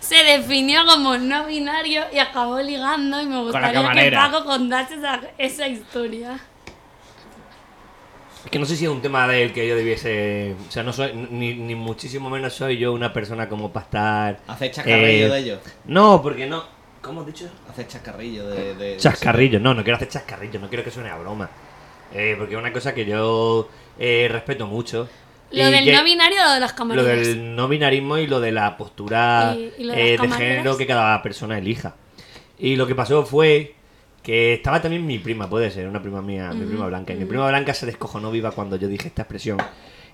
F: se definió como no binario y acabó ligando, y me gustaría que
C: camarera.
F: Paco contase esa, esa historia.
B: Es que no sé si es un tema del que yo debiese. O sea, no soy. Ni, ni muchísimo menos soy yo una persona como para estar.
C: Hacer
B: eh,
C: chacarrillo de ello.
B: No, porque no. ¿Cómo has dicho?
C: Hace chascarrillo de... de-
B: Chascarrillo, no, no quiero hacer chascarrillo, no quiero que suene a broma. Eh, porque es una cosa que yo eh, respeto mucho.
F: Lo
B: Y
F: del
B: que-
F: no binario o lo de las
B: Lo
F: camareras.
B: del no binarismo y lo de la postura
F: Y- y lo de
B: eh,
F: las
B: de
F: camareras.
B: género que cada persona elija. Y lo que pasó fue que estaba también mi prima, puede ser, una prima mía, mi prima Blanca. Y mi prima Blanca se descojonó viva cuando yo dije esta expresión.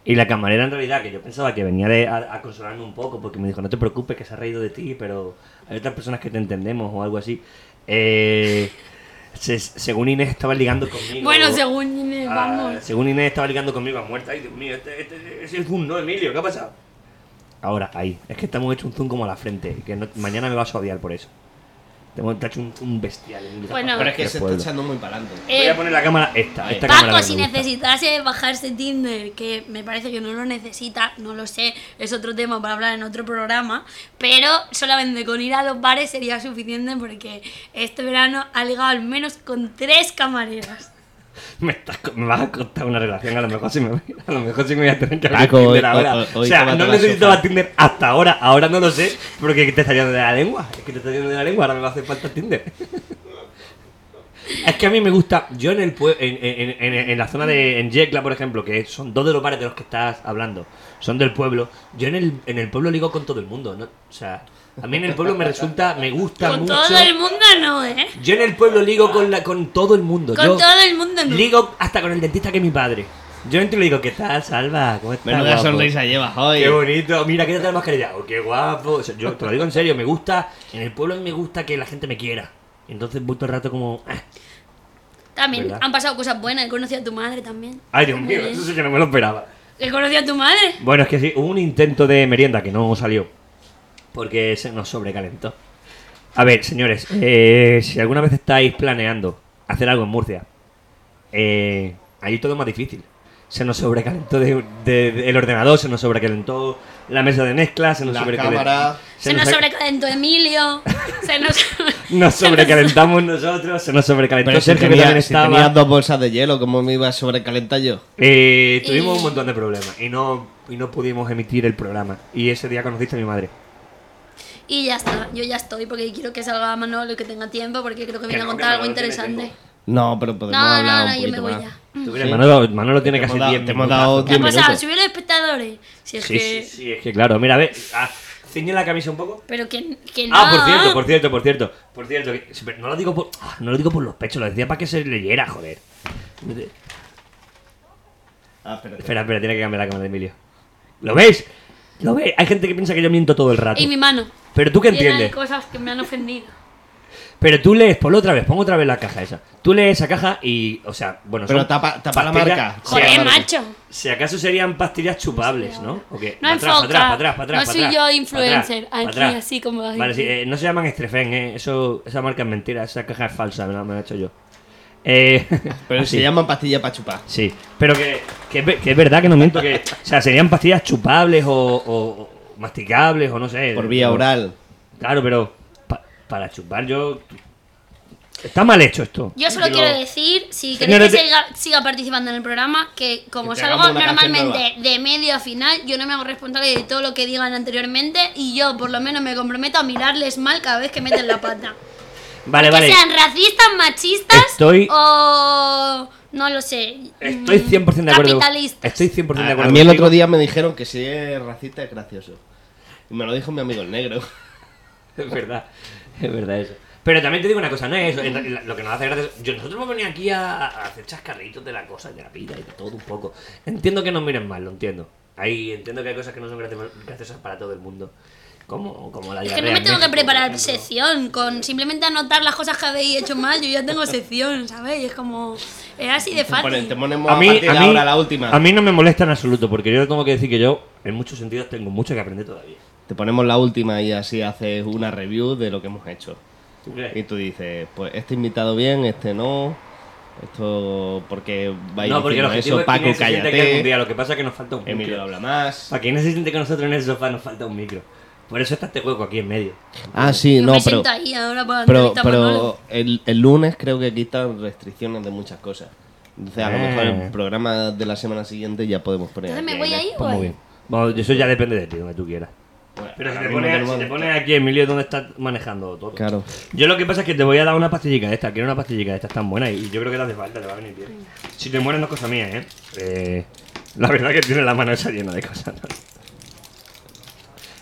B: Y la camarera en realidad, que yo pensaba que venía de- a, a consolarme un poco, porque me dijo, no te preocupes, que se ha reído de ti, pero hay otras personas que te entendemos o algo así. Eh, se- según Inés estaba ligando conmigo.
F: Bueno, según Inés,
B: Ah,
F: vamos.
B: según Inés estaba ligando conmigo a muerta. Ay, Dios mío, este, este- ese es un no, Emilio, ¿qué ha pasado? Ahora, ahí. Es que estamos hecho un zoom como a la frente. Que no- mañana me vas a odiar por eso. Te montas un, un bestial. en mitad
F: Bueno.
B: de
C: Pero es que
B: cualquier
C: se
B: pueblo.
C: está echando muy para adelante.
B: Voy
F: Eh,
B: a poner la cámara esta. esta cámara
F: Paco,
B: que
F: si
B: me gusta.
F: necesitase bajarse Tinder, que me parece que no lo necesita, no lo sé, es otro tema para hablar en otro programa, pero solamente con ir a los bares sería suficiente porque este verano ha ligado al menos con tres camareras.
B: Me, estás co- me vas a costar una relación, a lo mejor si me, a lo mejor sí me voy a tener que abrir
D: Paco,
B: Tinder
D: hoy-
B: ahora.
D: hoy-
B: o
D: hoy
B: sea,
D: tómate
B: no
D: la
B: necesitaba
D: sopa.
B: Tinder hasta ahora, ahora no lo sé, porque te está yendo de la lengua. Es que te está yendo de la lengua, ahora me va a hacer falta Tinder. Es que a mí me gusta, yo en el pue- en, en- en- en- en la zona de en Yecla, por ejemplo, que son dos de los bares de los que estás hablando, son del pueblo, yo en el, en el pueblo ligo con todo el mundo, ¿no? O sea, a mí en el pueblo me resulta, me gusta
F: Con
B: mucho.
F: todo el mundo no, ¿eh?
B: Yo en el pueblo ligo con, la, con todo el mundo.
F: Con
B: Yo
F: todo el mundo no.
B: Ligo hasta con el dentista que es mi padre. Yo entro y le digo, ¿qué tal, Salva? ¿Cómo estás?
C: Menuda
B: guapo?
C: sonrisa llevas hoy.
B: Qué bonito, mira, quítate la mascarilla. Oh, qué guapo. O sea, yo te lo digo en serio, me gusta, en el pueblo me gusta que la gente me quiera. Entonces voy todo el rato como... "Ah".
F: También
B: ¿Verdad?
F: han pasado cosas buenas, he conocido a tu madre también.
B: Ay, Dios mío,
F: Muy bien.
B: eso sí que no me lo esperaba.
F: He conocido a tu madre.
B: Bueno, es que sí, hubo un intento de merienda que no salió. Porque se nos sobrecalentó. A ver, señores, eh, si alguna vez estáis planeando hacer algo en Murcia, eh, ahí todo es más difícil. Se nos sobrecalentó de- de- de- el ordenador, se nos sobrecalentó la mesa de mezcla, se nos
C: La
B: sobrecalentó.
C: cámara.
F: Se nos
B: ha-
F: sobrecalentó Emilio. Se nos.
B: nos sobrecalentamos nosotros, se nos sobrecalentó
D: Pero si
B: Sergio, que
D: tenía-
B: también
D: si
B: estaba.
D: tenías dos bolsas de hielo, ¿cómo me iba a sobrecalentar yo?
B: Eh, tuvimos
F: Y-
B: un montón de problemas y no, y no pudimos emitir el programa. Y ese día conociste a mi madre.
F: Y ya está, yo ya estoy porque quiero que salga Manolo y que tenga tiempo porque creo que viene
B: no,
F: a
B: que
F: contar algo
B: Manolo tiene
F: interesante.
B: tiempo.
D: No, pero podemos
F: No,
D: hablar
F: no,
D: un
F: no, yo me
D: poquito
F: voy
D: más.
F: ya.
B: Tú mira, Manolo, Manolo tiene
D: Te
B: casi
D: hemos dado-
B: 10
D: te hemos dado
B: minutazos.
F: ¿Qué ha
D: 10
F: pasado?
D: minutos.
F: ¿Subir los espectadores? Si es
B: Sí,
F: que...
B: sí, sí, es que claro, mira, a ver, ah, ciñe la camisa un poco.
F: Pero que, que no.
B: Ah, por cierto, por cierto, por cierto, por cierto, que- sí, pero no lo digo por, ah, no lo digo por los pechos, lo decía para que se leyera, joder.
C: Ah, espérate.
B: Espera, espera, tiene que cambiar la cámara de Emilio. ¿Lo veis? ¿Lo veis? Hay gente que piensa que yo miento todo el rato.
F: Y mi mano.
B: Pero tú qué
F: Llena de
B: entiendes.
F: cosas que me han ofendido.
B: Pero tú lees, ponlo otra vez, pongo otra vez la caja esa. Tú lees esa caja y, o sea, bueno,
C: Pero
B: son
C: tapa- tapa la
B: pastillas-
C: marca.
B: si
F: Joder,
B: acaso-
F: macho.
B: Si acaso serían pastillas chupables, ¿no? ¿O qué?
F: No
B: Pa' atrás, pa' atrás,
F: enfoca.
B: pa' atrás, pa' atrás,
F: No
B: pa'
F: soy
B: atrás,
F: yo
B: pa'
F: influencer,
B: atrás, pa'
F: aquí,
B: atrás.
F: así como vas a
B: Vale, sí,
F: decir.
B: eh, no se llaman Estrefen, ¿eh? Eso, esa marca es mentira, esa caja es falsa, me la, me la he hecho yo. Eh,
C: Pero
B: así.
C: se llaman pastillas para chupar.
B: Sí, pero que, que es ve- que es verdad que no miento que... O sea, serían pastillas chupables o, o- o masticables o no sé.
D: Por vía
B: Como-
D: oral.
B: Claro, pero pa- para chupar yo... Está mal hecho esto.
F: Yo solo
B: Que lo-
F: quiero decir, si
B: Señora,
F: queréis que
B: te-
F: siga, siga participando en el programa, que como
C: Que te
F: salgo
C: hagamos una canción
F: normalmente de medio a final, yo no me hago responsable de todo lo que digan anteriormente y yo por lo menos me comprometo a mirarles mal cada vez que meten la pata.
B: Vale, vale.
F: Que sean racistas, machistas
B: Estoy-
F: o... no lo sé.
B: Estoy
F: mm,
B: 100% de acuerdo.
F: Capitalistas.
B: Estoy 100% de
C: A,
B: acuerdo.
C: a mí el
B: contigo.
C: otro día me dijeron que si es racista es gracioso. Y me lo dijo mi amigo el negro.
B: Es verdad, es verdad eso. Pero también te digo una cosa, no es eso, en realidad, lo que nos hace gracia es- yo- nosotros hemos venido aquí a, a hacer chascarritos de la cosa, de la vida y de todo un poco. Entiendo que nos miren mal, lo entiendo. Ahí entiendo que hay cosas que no son gracio- graciosas para todo el mundo. Como, como la
F: Es que no
B: diarrea
F: me
B: en
F: tengo que
B: México, por
F: preparar
B: ejemplo.
F: sección, con simplemente anotar las cosas que habéis hecho mal, yo ya tengo sección, ¿sabéis? Es como... Es así de
C: Te ponen-
F: fácil.
C: te ponemos a, partir de ahora la última.
B: a mí no me molesta en absoluto, porque yo tengo que decir que yo, en muchos sentidos, tengo mucho que aprender todavía.
C: Te ponemos la última y así haces una review de lo que hemos hecho.
B: ¿Tú crees?
C: Y tú dices, pues este invitado bien, este no. Esto porque vais
B: No, porque el
C: diciendo eso,
B: objetivo es
C: Paco,
B: que se siente que algún
C: cállate.
B: día, lo que pasa es que nos falta un micro.
C: Emilio habla más.
B: Para quien se siente que nosotros en el sofá nos falta un micro. Por eso está este hueco aquí en medio.
C: Ah, sí,
F: Yo
C: no,
F: me
C: pero,
F: siento ahí ahora para
C: pero,
F: entrevistar a Manolo.
C: pero el, el lunes creo que quitan restricciones de muchas cosas. Entonces, a lo
B: Eh.
C: mejor el programa de la semana siguiente ya podemos poner.
F: Entonces
C: aquí
F: me voy
C: a
F: ahí
C: Inés.
F: o ahí?
B: Bueno, eso ya depende de ti, donde tú quieras.
C: Bueno,
B: Pero si
C: ahora
B: te,
C: mismo
B: pones,
C: tenemos-
B: si te pones aquí, Emilio, ¿dónde estás manejando todo?
C: Claro.
B: Yo lo que pasa es que te voy a dar una pastillica de esta. Quiero una pastillica de estas tan buena y yo creo que te hace falta, te va a venir bien. Si te mueres no es cosa mía, ¿eh? Eh, La verdad que tiene la mano esa llena de cosas. ¿no?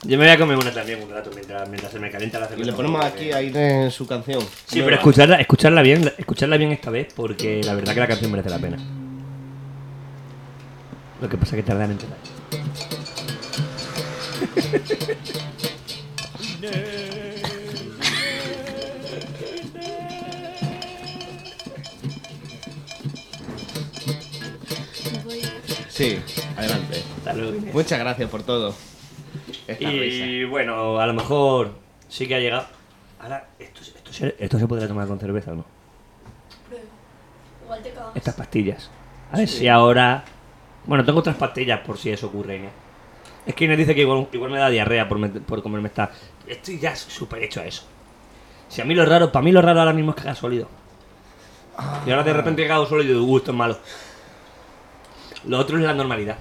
B: Yo me voy a comer una también un rato mientras, mientras se me calienta la
C: Y
B: cerveza.
C: le ponemos aquí a Inés su canción.
B: Sí, pero escucharla, escucharla bien, escucharla bien esta vez porque la verdad que la canción merece la pena. Lo que pasa es que tardan en empezar.
C: Sí, adelante.
B: Hasta luego, Inés.
C: Muchas gracias por todo. Esta risa.
B: Y bueno, a lo mejor sí que ha llegado. Ahora, esto, esto se- esto se podría tomar con cerveza o no.
F: Igual te cagas.
B: Estas pastillas. A ver si ahora. Bueno, tengo otras pastillas por si eso ocurre, Inés. Es que Inés dice que igual, igual me da diarrea por, met- por comerme esta. Estoy ya súper hecho a eso. Si a mí lo raro, para mí lo raro ahora mismo es cagar sólido. Y ahora de repente he cagado sólido y digo, "Uh, esto es malo. Lo otro es la normalidad.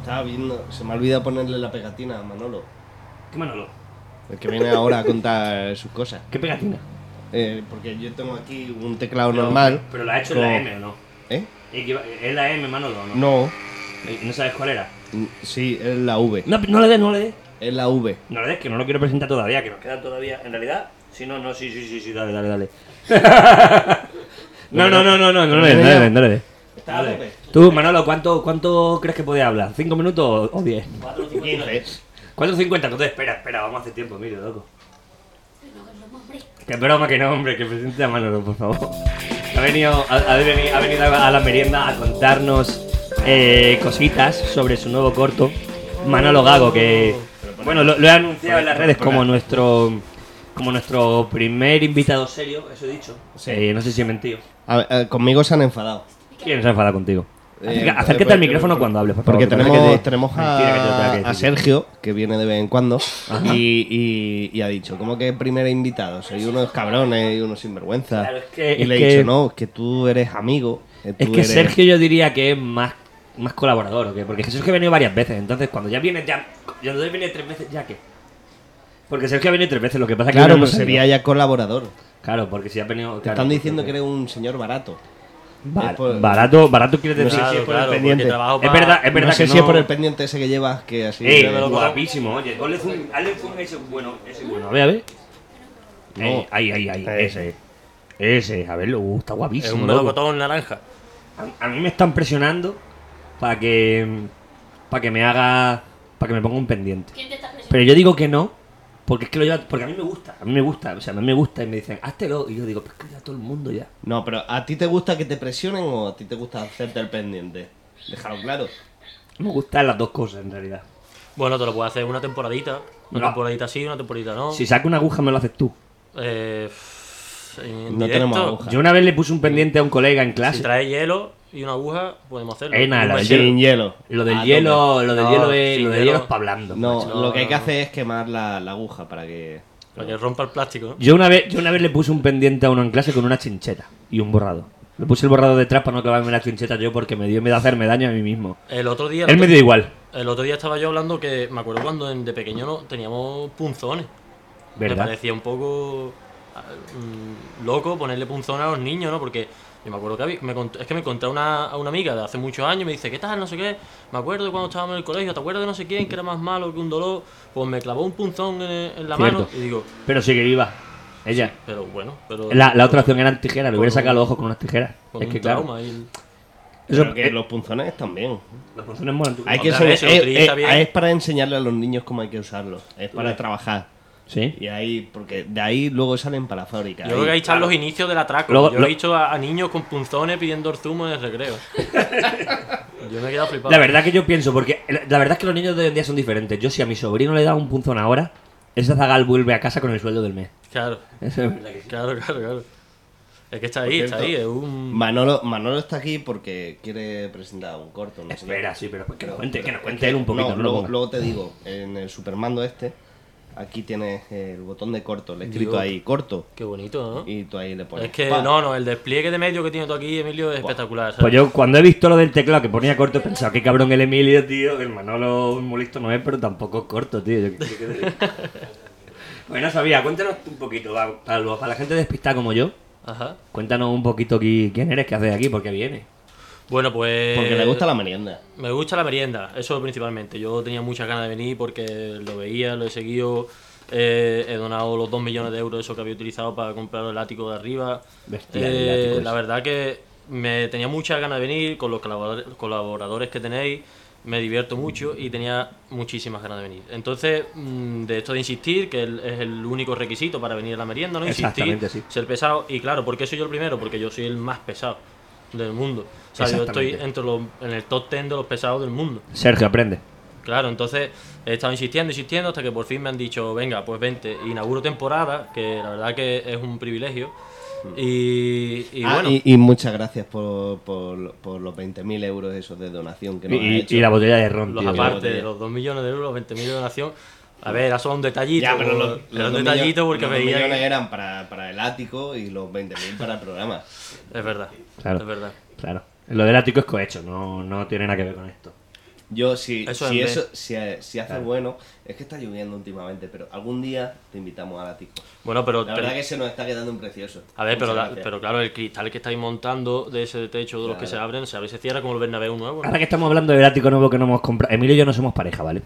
C: Estaba viendo, se me ha olvidado ponerle la pegatina a Manolo.
B: ¿Qué Manolo?
C: El que viene ahora a contar sus cosas.
B: ¿Qué pegatina?
C: Eh, porque yo tengo aquí un teclado normal.
B: Pero la ha hecho en
C: con-
B: la M o no.
C: ¿Eh?
B: ¿Es la M, Manolo o no?
C: No.
B: ¿Y ¿No sabes cuál era?
C: N- Sí, es la V.
B: No, no le des, no le des.
C: Es la V.
B: No le des, que no lo quiero presentar todavía, que nos queda todavía. En realidad, si no, no, sí, sí, sí, sí, dale, dale, dale. no, no, no, no, no, no le des, no le des, no le des. Dale. Tú, Manolo, ¿cuánto, ¿cuánto crees que puede hablar? ¿Cinco minutos o o diez? Cuatro cincuenta, entonces espera, espera, vamos a hacer tiempo, mire, loco. Que broma, que no, hombre, que presente a Manolo, por favor. Ha venido, ha, ha veni- ha venido a la merienda a contarnos eh, cositas sobre su nuevo corto, Manolo Gago, que bueno, lo, lo he anunciado en las redes como nuestro como nuestro primer invitado serio, eso he dicho. Eh, no sé si he mentido.
C: A ver, eh, conmigo se han enfadado.
B: ¿Quién se ha enfadado contigo?
C: Eh,
B: Acerca- acércate al
C: porque-
B: micrófono cuando hables, por favor,
C: Porque
B: que parece
C: tenemos,
B: que te-
C: tenemos
B: Mentira, que te lo tenga
C: a,
B: que
C: a
B: decir.
C: Sergio, que viene de vez en cuando, y, y- y ha dicho, ¿cómo que primer invitado? Soy unos cabrones y unos sinvergüenza.
B: Claro, es que-
C: y
B: es
C: le
B: que-
C: he dicho, no, es que tú eres amigo. eh, tú
B: Es que
C: eres-
B: Sergio yo diría que es más, más colaborador, ¿o qué? porque Sergio ha venido varias veces, entonces cuando ya viene, ya, cuando ya viene tres veces, ¿ya qué? Porque Sergio ha venido tres veces, lo que pasa es que...
C: Claro,
B: uno no
C: pues
B: salió.
C: sería ya colaborador.
B: Claro, porque si ha venido...
C: Te
B: claro,
C: están diciendo que
B: porque-
C: eres un señor barato.
B: Bar-
C: es por-
B: barato, barato quiere decir... Eh,
C: sé si es por el pendiente.
E: porque trabajo
B: Es
E: pa-
B: verdad, es verdad
C: no sé
B: que
C: si es por el
B: pendiente.
C: pendiente ese que llevas, que así...
B: Eh,
C: de-
B: guapísimo, oye, ponle zoom, hazle zoom a ese bueno, ese bueno, a ver, a ver. Eh, ahí, ahí, ahí, ese. Ese, a verlo, uh, está
G: Es
B: guapísimo.
G: un
B: loco.
G: melocotón naranja.
B: A, a mí me están presionando para que para que me haga para que me ponga un pendiente.
F: ¿Quién te está presionando?
B: Pero yo digo que no, porque es que lo lleva, porque a mí me gusta, a mí me gusta, o sea, a mí me gusta y me dicen, "Háztelo" y yo digo, "Pues que ya todo el mundo ya."
C: No, pero ¿a ti te gusta que te presionen o a ti te gusta hacerte el pendiente? Déjalo claro.
B: Me gustan las dos cosas en realidad.
G: Bueno, te lo puedo hacer una temporadita. Una
B: No.
G: temporadita sí, una temporadita no.
B: Si saco una aguja me lo haces tú.
G: Eh, f- en
C: No tenemos
G: directo,
C: aguja.
B: Yo una vez le puse un pendiente a un colega en clase.
G: Si traes hielo y una aguja, podemos hacerlo.
B: Eh, nada,
G: Un
B: la
G: mes-
B: hielo.
C: Sin hielo.
B: Lo del
C: Ah,
B: hielo, lo del
G: No,
B: hielo es,
G: sin
B: lo del
G: hielo.
B: hielo es pa' blando.
C: No,
G: No,
C: lo que hay que
G: no,
C: hacer es quemar la, la aguja para que.
G: Para que rompa el plástico. ¿no?
B: pues. Yo una vez, yo una vez le puse un pendiente a uno en clase con una chincheta y un borrado. Le puse el borrado detrás para no clavarme la chincheta yo porque me dio miedo a hacerme daño a mí mismo.
G: El otro día.
B: Él me dio igual,
G: El otro día estaba yo hablando que me acuerdo cuando en- de pequeño no teníamos punzones. Me
B: ¿verdad?
G: parecía un poco ah, mm, loco ponerle punzón a los niños, ¿no? Porque yo me acuerdo que había- me cont- es que me encontré a una, a una amiga de hace muchos años y me dice, ¿qué tal? No sé qué. Me acuerdo cuando estábamos en el colegio, ¿te acuerdas de no sé quién que era más malo que un dolor? Pues me clavó un punzón en, en la mano
B: Cierto.
G: y digo,
B: Pero sigue viva. Ella.
G: pero bueno, pero...
B: La, la otra opción eran tijeras, le
G: Con
B: hubiera
G: un-
B: sacado los ojos con unas tijeras.
G: con
B: Es
G: un
B: que claro.
G: trauma y el-
B: Eso,
C: Pero que
B: eh,
C: los punzones también.
B: los punzones molan.
C: Hay que
G: Hombre,
C: enseñar-
G: se
C: eh,
G: utiliza
C: eh,
G: bien.
C: es para enseñarle a los niños cómo hay que usarlo. Es para trabajar.
B: Sí.
C: Y ahí, porque de ahí luego salen para la fábrica.
G: Yo creo que ahí
C: Ahí-
G: están los inicios del atraco.
B: Luego-
G: yo
B: lo-
G: he visto a, a niños con punzones pidiendo el zumo en el recreo. yo me he quedado flipado.
B: La verdad que yo pienso, porque la la verdad es que los niños de hoy en día son diferentes. Yo si a mi sobrino le da un punzón ahora, ese zagal vuelve a casa con el sueldo del mes.
G: Claro,
B: Eso es verdad que sí.
G: claro, claro, claro. Es que está ahí,
C: Por
G: está ahí.
C: cierto,
G: Es un...
C: Manolo, Manolo está aquí porque quiere presentar un corto. No sé qué.
B: Espera, sí, pero pues que nos cuente, que nos
C: Es
B: cuente
C: que-
B: él un poquito.
C: no,
B: no lo
C: luego,
B: ponga.
C: luego te digo, en el supermando este, aquí tienes el botón de corto, le he escrito
G: Dios.
C: ahí corto.
G: Qué bonito, ¿no?
C: Y tú ahí le pones.
G: Es que,
C: pa.
G: no, no, el despliegue de medio que tiene tú aquí, Emilio, es espectacular. ¿sabes?
B: Pues yo cuando he visto lo del teclado que ponía corto he pensado que cabrón el Emilio, tío, que el Manolo muy listo no es, pero tampoco es corto, tío. Yo- yo qué te digo. bueno, sabía, cuéntanos tú un poquito, va, para, lo- para la gente despistada como yo,
G: Ajá.
B: cuéntanos un poquito qui- quién eres, qué haces aquí, por qué vienes.
G: Bueno, pues...
C: Porque le gusta la merienda.
G: Me gusta la merienda, eso principalmente. Yo tenía muchas ganas de venir porque lo veía, lo he seguido. eh, he donado los 2 millones de euros, eso que había utilizado para comprar el ático de arriba.
B: Bestial,
G: Eh,
B: el ático ese.
G: la verdad que me tenía muchas ganas de venir con los colaboradores, colaboradores que tenéis. Me divierto mucho y tenía muchísimas ganas de venir. Entonces, mm, de esto de insistir, que el- es el único requisito para venir a la merienda, ¿no? Insistir,
B: Exactamente, sí.
G: ser pesado. Y claro, ¿por qué soy yo el primero? Porque yo soy el más pesado del mundo. O sea, yo estoy
B: Exactamente.
G: entre los- en el top 10 de los pesados del mundo.
B: Sergio, aprende.
G: Claro, entonces he estado insistiendo, insistiendo, hasta que por fin me han dicho, venga, pues vente, inauguro temporada, que la verdad que es un privilegio.
B: Mm.
G: Y, y
C: Ah,
G: bueno,
C: y, y muchas gracias por, por- por los 20.000 euros esos de donación que nos ha
B: Y,
C: hecho.
B: y la botella de ron,
G: los
B: tío.
G: aparte de los 2 millones de euros, los 20.000 de donación, a ver, era solo un detallito.
C: Ya, pero los,
G: era
C: los dos
G: un detallito
C: millones-
G: porque
C: los dos
G: veía.
C: millones
G: que-
C: eran para, para el ático y los 20.000 para el programa.
G: Es verdad,
B: Claro.
G: es verdad.
B: Claro. Lo del ático es cohecho, no, no tiene nada que ver con esto.
C: Yo, si,
G: Eso
C: si
G: en
C: eso
G: vez.
C: si, si hace bueno, es que está lloviendo últimamente, pero algún día te invitamos al ático.
G: Bueno, pero.
C: La
G: pero-
C: verdad que se nos está quedando un precioso.
G: A ver,
C: Muchas
G: pero, la-
C: gracias.
G: pero claro, el cristal que estáis montando de ese techo de los que se abren, se abre y se cierra como el Bernabéu nuevo. ¿no?
B: Ahora que estamos hablando del ático nuevo que no hemos comprado, Emilio y yo no somos pareja, ¿vale?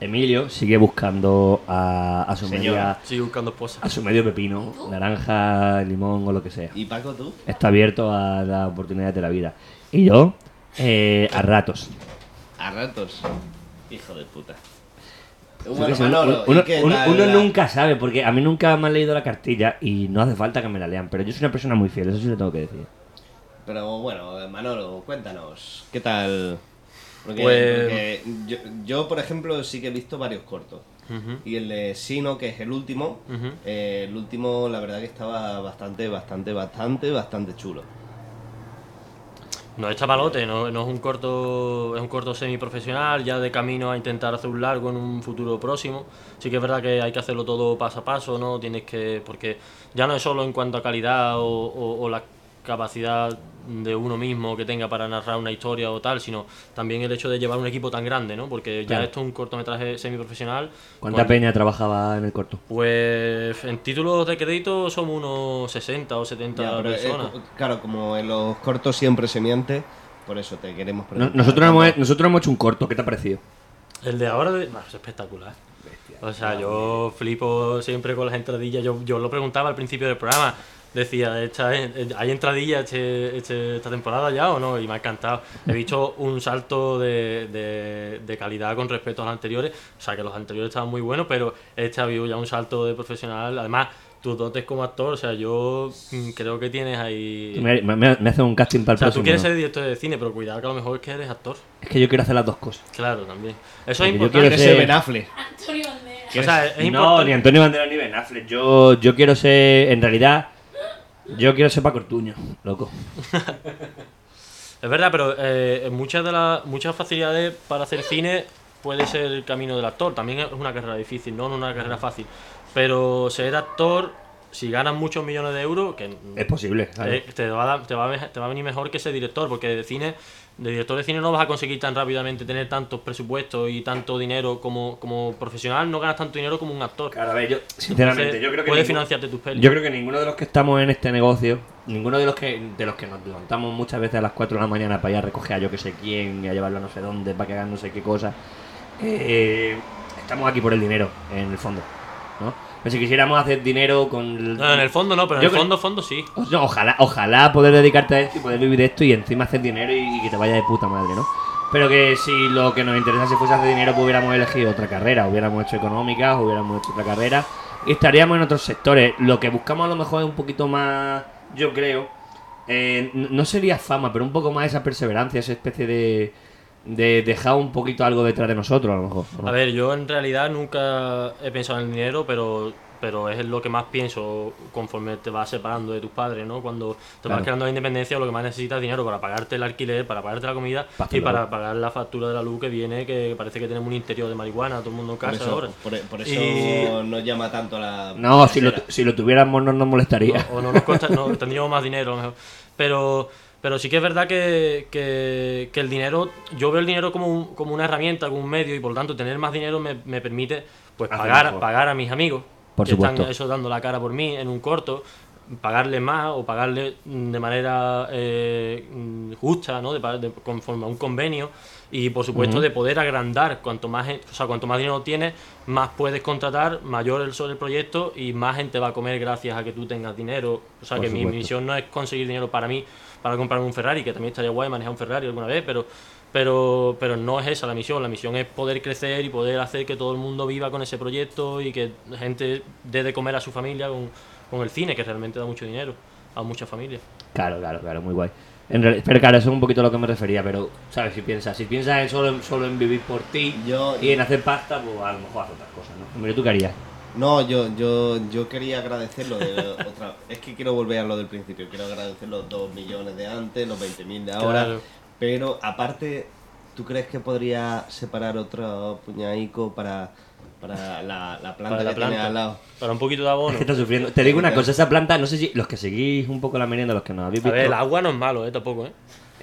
B: Emilio sigue buscando a, a su media,
G: Sigue buscando esposa.
B: a su medio pepino, naranja, limón o lo que sea.
C: ¿Y Paco, tú?
B: Está abierto a las oportunidades de la vida. Y yo, eh, a ratos.
C: A ratos. Hijo de puta.
B: Yo
C: Bueno,
B: qué sé,
C: Manolo,
B: uno,
C: ¿y qué
B: uno-
C: tal
B: uno
C: la-
B: nunca sabe, porque a mí nunca me han leído la cartilla y no hace falta que me la lean. Pero yo soy una persona muy fiel, eso sí lo tengo que decir.
C: Pero bueno, eh, Manolo, cuéntanos, ¿qué tal? Porque,
G: Pues-
C: porque yo, yo, por ejemplo, sí que he visto varios cortos.
G: Ujú.
C: Y el de Sino, que es el último,
G: Ujú.
C: eh, el último la verdad que estaba bastante, bastante, bastante, bastante chulo.
G: No es chapalote, no, no es un corto, es un corto semiprofesional, ya de camino a intentar hacer un largo en un futuro próximo. Sí que es verdad que hay que hacerlo todo paso a paso, ¿no? Tienes que. porque ya no es solo en cuanto a calidad o, o- o la capacidad de uno mismo que tenga para narrar una historia o tal, sino también el hecho de llevar un equipo tan grande, ¿no? Porque ya
B: Claro.
G: esto es un cortometraje semiprofesional.
B: ¿Cuánta
G: con-
B: peña trabajaba en el corto?
G: Pues en títulos de crédito somos unos 60 o 70
C: Ya, pero, eh,
G: personas.
C: co- claro, como en los cortos siempre se miente, por eso te queremos
B: No-
C: preguntar.
B: nosotros, hemos, nosotros hemos hecho un corto, ¿qué te ha parecido?
G: El de ahora de- no, es espectacular. o sea, yo flipo siempre con las entradillas. Yo, yo lo preguntaba al principio del programa. Decía, "Esta es- eh, ¿hay entradillas este- este- esta temporada ya o no? Y me ha encantado. He visto un salto de, de- de calidad con respecto a los anteriores. O sea, que los anteriores estaban muy buenos, pero este ha habido ya un salto de profesional. Además, tus dotes como actor, o sea, yo mm, creo que tienes ahí...
B: Me, me- me hace un casting para
G: O
B: el
G: sea, tú
B: próximo,
G: quieres
B: ¿no?
G: ser director de cine, pero cuidado que a lo mejor es que eres actor.
B: Es que yo quiero hacer las dos cosas.
G: Claro, también. Eso
B: Porque
G: es
B: yo
G: importante.
B: quiero
C: Ese Ben Affleck.
F: Antonio Banderas.
G: O sea, es
B: no,
G: importante.
B: ni Antonio Banderas ni Ben Affleck. Yo, yo quiero ser, en realidad, yo quiero ser Paco Ortuño, loco.
G: Es verdad, pero eh, muchas de las muchas facilidades para hacer cine puede ser el camino del actor. También es una carrera difícil, no No una carrera fácil. Pero ser actor, si ganas muchos millones de euros, que
B: Es posible. claro.
G: eh, te, va a, dar- te, va a, ve- te va a venir mejor que ser director, porque de cine, de director de cine no vas a conseguir tan rápidamente tener tantos presupuestos y tanto dinero como, como profesional, no ganas tanto dinero como un actor.
B: Claro, a ver, yo, sinceramente,
G: Entonces,
B: yo creo que.
G: puedes
B: ningún-
G: financiarte tus pelis.
B: Yo creo que ninguno de los que estamos en este negocio, ninguno de los que de los que nos levantamos muchas veces a las 4 de la mañana para ir a recoger a yo que sé quién y a llevarlo a no sé dónde, para que hagan no sé qué cosa, eh, estamos aquí por el dinero, en el fondo. ¿no? Pero si quisiéramos hacer dinero con. el-
G: No, en el fondo no, pero en
B: Yo
G: el
B: creo-
G: fondo, fondo sí.
B: O- Pues no, ojalá, ojalá poder dedicarte a esto y poder vivir de esto y encima hacer dinero y, y que te vaya de puta madre, ¿no? Pero que si lo que nos interesase fuese hacer dinero, pues hubiéramos elegido otra carrera, hubiéramos hecho económicas, hubiéramos hecho otra carrera y estaríamos en otros sectores. Lo que buscamos a lo mejor es un poquito más, yo creo, eh, n- no sería fama, pero un poco más esa perseverancia, esa especie de, de dejar un poquito algo detrás de nosotros, a lo mejor. ¿no?
G: A ver, yo en realidad nunca he pensado en el dinero, pero pero es lo que más pienso conforme te vas separando de tus padres, ¿no? Cuando te vas creando la independencia, lo que más necesitas es dinero para pagarte el alquiler, para pagarte la comida
B: Factura.
G: y para pagar la factura de la luz que viene, que parece que tenemos un interior de marihuana, todo el mundo en
C: Por
G: casa ahora.
C: eso, por, por eso
G: Y-
C: nos llama tanto la...
B: No, si lo,
C: tercera.
B: si lo tuviéramos no nos molestaría.
G: O, o no nos consta- no, tendríamos más dinero, a lo mejor. Pero, pero sí que es verdad que, que- que el dinero, yo veo el dinero como, un- como una herramienta, como un medio, y por lo tanto tener más dinero me, me permite pues
B: Hacer
G: pagar,
B: mejor.
G: pagar a mis amigos,
B: Por
G: que están
B: supuesto.
G: eso dando la cara por mí en un corto, pagarle más o pagarle mm, de manera eh, mm, justa, ¿no? De, pa- de- conforme a un convenio. Y por supuesto de poder agrandar, cuanto más, gen- o sea, cuanto más dinero tienes, más puedes contratar, mayor el sobre el proyecto y más gente va a comer gracias a que tú tengas dinero. O sea
B: Por
G: que mi
B: supuesto.
G: misión no es conseguir dinero para mí, para comprarme un Ferrari, que también estaría guay manejar un Ferrari alguna vez, pero pero, pero no es esa la misión. La misión es poder crecer y poder hacer que todo el mundo viva con ese proyecto y que gente dé de comer a su familia con, con el cine, que realmente da mucho dinero. a muchas familias.
B: Claro, claro, claro, muy guay. En real- pero claro, eso es un poquito a lo que me refería, pero, ¿sabes? Si piensas, si piensas en solo, en- solo en vivir por ti
C: Yo-
B: y en hacer pasta, pues a lo mejor haces otras cosas, ¿no? Hombre, ¿tú qué harías?
C: No, yo, yo, yo quería agradecerlo de otra Es que quiero volver a lo del principio. Quiero agradecer los 2 millones de antes, los 20.000 de ahora.
G: Claro.
C: Pero aparte, ¿tú crees que podría separar otro puñadico para, para la, la planta
G: Para
C: que
G: la
C: tiene
G: planta.
C: al lado?
G: Para un poquito de abono.
B: Es que estás sufriendo. Te digo una cosa, esa planta, no sé si los que seguís un poco la merienda, los que nos habéis
G: A
B: visto.
G: ver, el agua no es malo, ¿eh? Tampoco, ¿eh?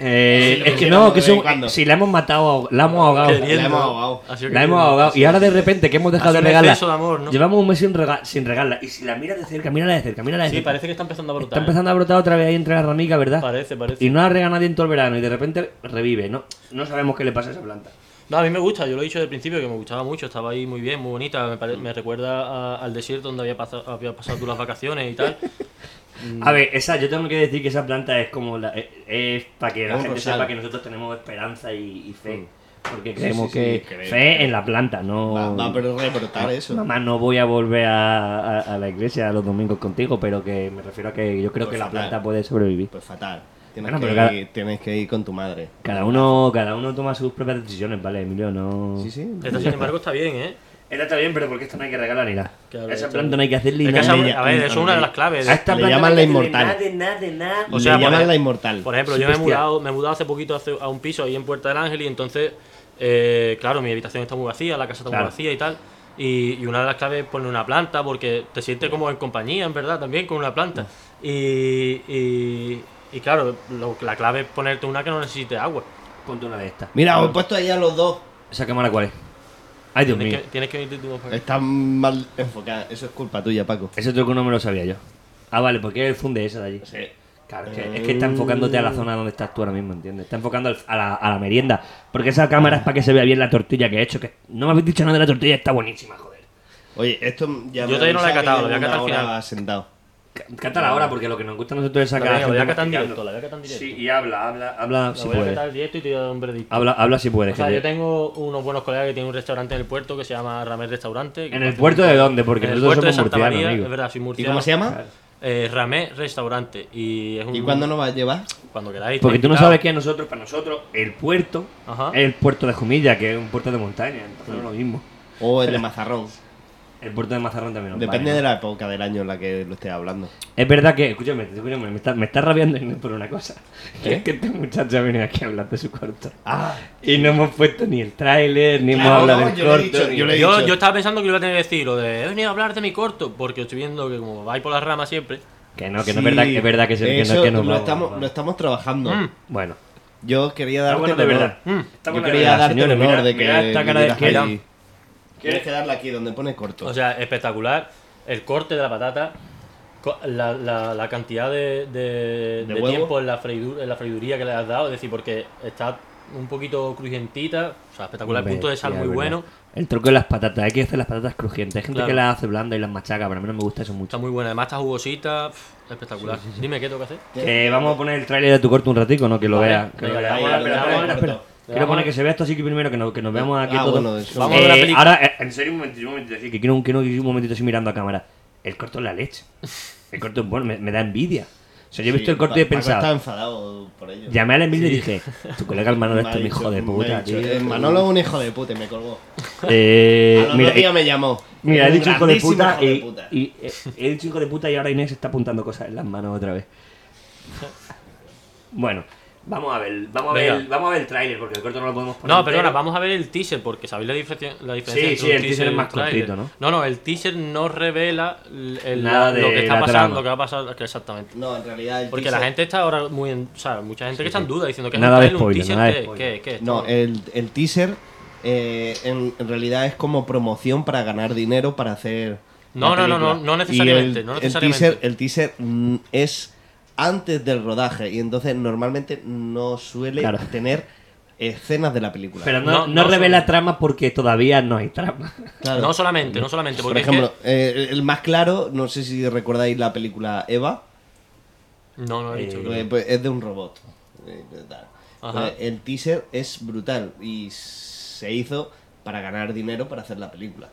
B: Eh,
C: Sí, lo
B: es que
C: pusieron
B: no, que
C: de
B: eso-
C: vez en cuando.
B: si la hemos matado, la hemos ahogado.
G: Queriendo.
C: hemos ahogado.
G: Ha sido
B: La
G: queriendo.
B: hemos ahogado. Y ahora de repente que hemos dejado
G: Hace
B: de
G: un
B: regarla.
G: exceso de amor, ¿no?
B: Llevamos un mes sin, rega- sin regarla. Y si la miras de cerca, mírala de cerca, mírala de
G: Sí,
B: cerca.
G: parece que está empezando a
B: Está
G: brotar.
B: empezando a brotar otra vez ahí entre las ramicas,
G: ¿eh?
B: ¿verdad?
G: Parece, parece.
B: Y no la rega nadie en todo el verano y de repente revive. No, no sabemos qué le pasa a esa planta.
G: No, a mí me gusta, yo lo he dicho desde el principio que me gustaba mucho, estaba ahí muy bien, muy bonita, me, pare- me recuerda a- al desierto donde había, pasa- había pasado tú las vacaciones y tal.
C: Mm.
B: A ver, esa, yo tengo que decir que esa planta es como la. eh, Es, para que la
C: un
B: gente
C: rosal. Mm.
B: sepa que nosotros tenemos esperanza y, y fe. Porque creemos
C: sí,
B: que.
C: sí, creemos.
B: fe en la planta, no.
C: Va, va a reportar eso.
B: Mamá, no voy a volver a, a- a la iglesia los domingos contigo, pero que me refiero a que yo creo
C: Pues
B: que la
C: fatal.
B: planta puede sobrevivir.
C: Pues fatal. Tienes,
B: Bueno,
C: que
B: pero
C: ir, tienes que ir con tu madre.
B: Cada uno, cada uno toma sus propias decisiones, ¿vale, Emilio? No.
C: Sí, sí.
G: Esta, sin embargo, está bien, ¿eh?
B: Esta está bien, pero porque esta no hay que regalar ni nada.
G: Claro,
B: esa
G: esto-
B: planta no hay que hacerle
G: Es que
B: nada.
G: esa-
C: ella-
G: a ver, eso es una de las claves.
B: A esta
C: Le
B: planta no
C: llaman
B: hay
C: la
B: que hacerle
C: inmortal.
B: Nada, de nada,
G: O sea,
C: Le
G: por
C: llaman
G: ej-
C: la inmortal.
G: Por ejemplo, yo me he,
B: Bestial.
G: mudado, me he mudado hace poquito hace- a un piso ahí en Puerta del Ángel y entonces, eh, claro, mi habitación está muy vacía, la casa está
B: Claro.
G: muy vacía y tal. Y, y una de las claves es poner una planta porque te sientes como en compañía, en verdad, también con una
B: Mm.
G: planta. Y, y- y claro, lo- la clave es ponerte una que no necesite agua.
B: Ponte una de estas.
C: Mira, os he puesto ahí a los dos.
B: ¿Esa cámara cuál es? Ay, Dios mío.
G: Tienes que, tienes que venirte tú dos para acá.
C: Están mal enfocadas. Eso es culpa tuya, Paco.
B: Ese truco no me lo sabía yo. Ah, vale, porque es el zoom de esa de allí. Claro, es que, es que está enfocándote
G: Mm.
B: a la zona donde estás tú ahora mismo, ¿entiendes? Está enfocando al- a, la, a la merienda. Porque esa cámara es para que se vea bien la tortilla que he hecho. Que no me habéis dicho nada de la tortilla, está buenísima, joder.
C: Oye, esto ya
G: Yo
C: me
G: todavía no la
C: avisa
G: he
C: que
G: catado, la voy a
C: llevo
G: catar
C: una
G: al
C: hora
G: final.
C: sentado.
B: C- Canta la hora, porque lo que nos gusta a nosotros es
G: La
B: sacar
G: voy a-
B: a
G: la
B: la
G: voy a
B: gente
G: catar en
B: masticando.
G: directo, la voy a catar en directo.
B: Sí, y habla, habla, habla
G: La
B: si
G: voy a
B: puedes. Ah,
G: catar directo y te voy a dar un veredicto.
B: Habla, habla si puedes.
G: O sea,
B: que
G: yo
B: te-
G: tengo unos buenos colegas que tienen un restaurante en el puerto que se llama Ramel Restaurante. que
B: ¿En el
G: hace-
B: puerto de dónde? Porque
G: en el
B: nosotros
G: puerto de
B: somos
G: Santa
B: murcianos,
G: María,
B: amigo.
G: es verdad, soy
C: ¿Y
G: murciano.
C: cómo se llama?
G: Eh, Ramé Restaurante. Y, es un,
C: ¿Y cuándo nos va a llevar?
G: Cuando queráis.
B: Porque tú no
G: invitado.
B: sabes que a nosotros, para nosotros, el puerto
G: Ajá.
B: es el puerto de Jumilla, que es un puerto de montaña. Entonces no es lo mismo.
C: O el de Mazarrón.
B: El puerto de Mazarrón también. nos
C: Depende
B: vale,
C: de
B: ¿no?
C: la época del año en la que lo esté hablando.
B: Es verdad que, escúchame, escúchame, me está, me está rabiando Inés por una cosa. Que es que este muchacho ha venido aquí a hablar de su corto. Y no hemos puesto ni el tráiler, ni
C: Ah. Claro,
B: hemos hablado
C: no,
B: del
C: yo le he
B: corto.
C: dicho,
B: ni-
C: yo le he
G: Yo,
C: dicho.
G: yo estaba pensando que iba a tener que decir lo de he venido a hablar de mi corto, porque estoy viendo que como vais por las ramas siempre.
B: Que no, que no
C: Sí,
B: es verdad, es verdad que, se, que no
C: eso
B: es que nos
C: lo,
B: vamos,
C: estamos,
B: vamos.
C: lo estamos trabajando.
G: Mm.
B: Bueno,
C: Yo quería
B: está
C: darte
B: bueno de
C: el honor.
B: verdad.
G: Mm.
B: Está
C: Yo
B: bueno de
C: quería
B: verdad,
C: darte
B: señores,
C: el honor
B: mirad-
C: de que
B: mirad esta
C: me
B: cara de-
C: dieras
B: que era-
C: ahí. Tienes que darle aquí donde pone corto.
G: O sea, espectacular. El corte de la patata. co- La, la- la cantidad de, de-
C: De
G: de
C: huevo.
G: tiempo en la, freidu- en la freiduría que le has dado. Es decir, porque está un poquito crujientita. O sea, espectacular.
B: Hombre,
G: punto de sal
B: tía, es
G: muy
B: verdad.
G: bueno.
B: El truco de las patatas, hay que hacer las patatas crujientes. Hay gente
G: Claro.
B: que las hace blandas y las machaca, pero a mí no me gusta eso mucho.
G: Está muy buena. Además está jugosita. pf, Espectacular. Dime qué tengo que hacer.
B: Eh, vamos a poner el tráiler de tu corto un ratico, ¿no? Que lo
G: Vale,
B: vea. Que lo
G: venga,
B: vea.
G: le damos
B: Espera,
G: la-
B: espera,
G: le damos
B: espera,
G: el
B: espera.
G: corto. Le
B: Quiero
G: damos
B: poner
G: la-
B: que se vea esto así que primero, que nos, que nos veamos aquí
C: Ah,
B: todos.
C: bueno, eso.
G: Vamos a ver la
B: Eh,
G: película.
B: ahora, eh, en serio, un momentito, un momentito, así que quiero un, quiero un momentito así mirando a cámara. El corto es la leche. El corto es bueno, me, me da envidia. O sea, yo he visto el corto y he
C: Estaba
B: pensado.
C: enfadado por ello.
B: Llamé a la Emilio y dije, tu colega el Manolo
C: Me
B: es
C: ha
B: un
C: dicho-
B: hijo de
C: me ha
B: puta,
C: dicho,
B: tío.
C: "Eh, Manolo es un hijo de puta y me colgó.
B: Eh,
C: A los
B: mira,
C: dos días me llamó.
B: Mira, he
C: Un
B: dicho hijo de
C: grandísimo
B: puta,
C: hijo de
B: y-
C: puta.
B: Y, eh, he dicho hijo de puta y ahora Inés está apuntando cosas en las manos otra vez. Bueno, vamos a ver, vamos a ver,
G: Venga.
B: el- vamos a ver el tráiler porque el corto no lo podemos poner.
G: No, perdona,
B: entero.
G: vamos a ver el teaser porque sabéis la, diferencia- la diferencia
B: Sí,
G: entre
B: sí,
G: un
B: el teaser es
G: y
B: más
G: un tráiler.
B: cortito, ¿no?
G: No, no, el teaser no revela el- el-
B: Nada de
G: lo que está
B: la
G: pasando,
B: trama.
G: lo que va a pasar que exactamente.
C: No, en realidad. el
G: Porque
C: teaser-
G: la gente está ahora muy en, o sea, mucha gente que está en duda diciendo que
B: Nada de
G: es un
B: spoiler,
G: teaser,
B: nada de
G: ¿qué-
B: spoiler. eh,
G: qué- qué es?
C: No, el, el teaser eh, en, en realidad es como promoción para ganar dinero para hacer.
G: No,
C: la
G: no, no,
C: película.
G: no, no
C: Y
G: necesariamente,
C: el,
G: no
C: el
G: necesariamente.
C: teaser, el teaser mm, es antes del rodaje y entonces normalmente no suele
B: Claro.
C: tener escenas de la película.
B: Pero no,
G: No,
B: no
G: no
B: revela
G: sobre-
B: trama porque todavía no hay trama.
C: Claro.
G: No solamente, no solamente,
C: Por
G: porque
C: ejemplo,
G: es
C: eh, el más claro, no sé si recordáis la película Eva.
G: que... No, no he dicho. creo.
C: Eh, pues es de un robot. eh, de tal.
G: Ajá.
C: Eh, El teaser es brutal y se hizo para ganar dinero para hacer la película.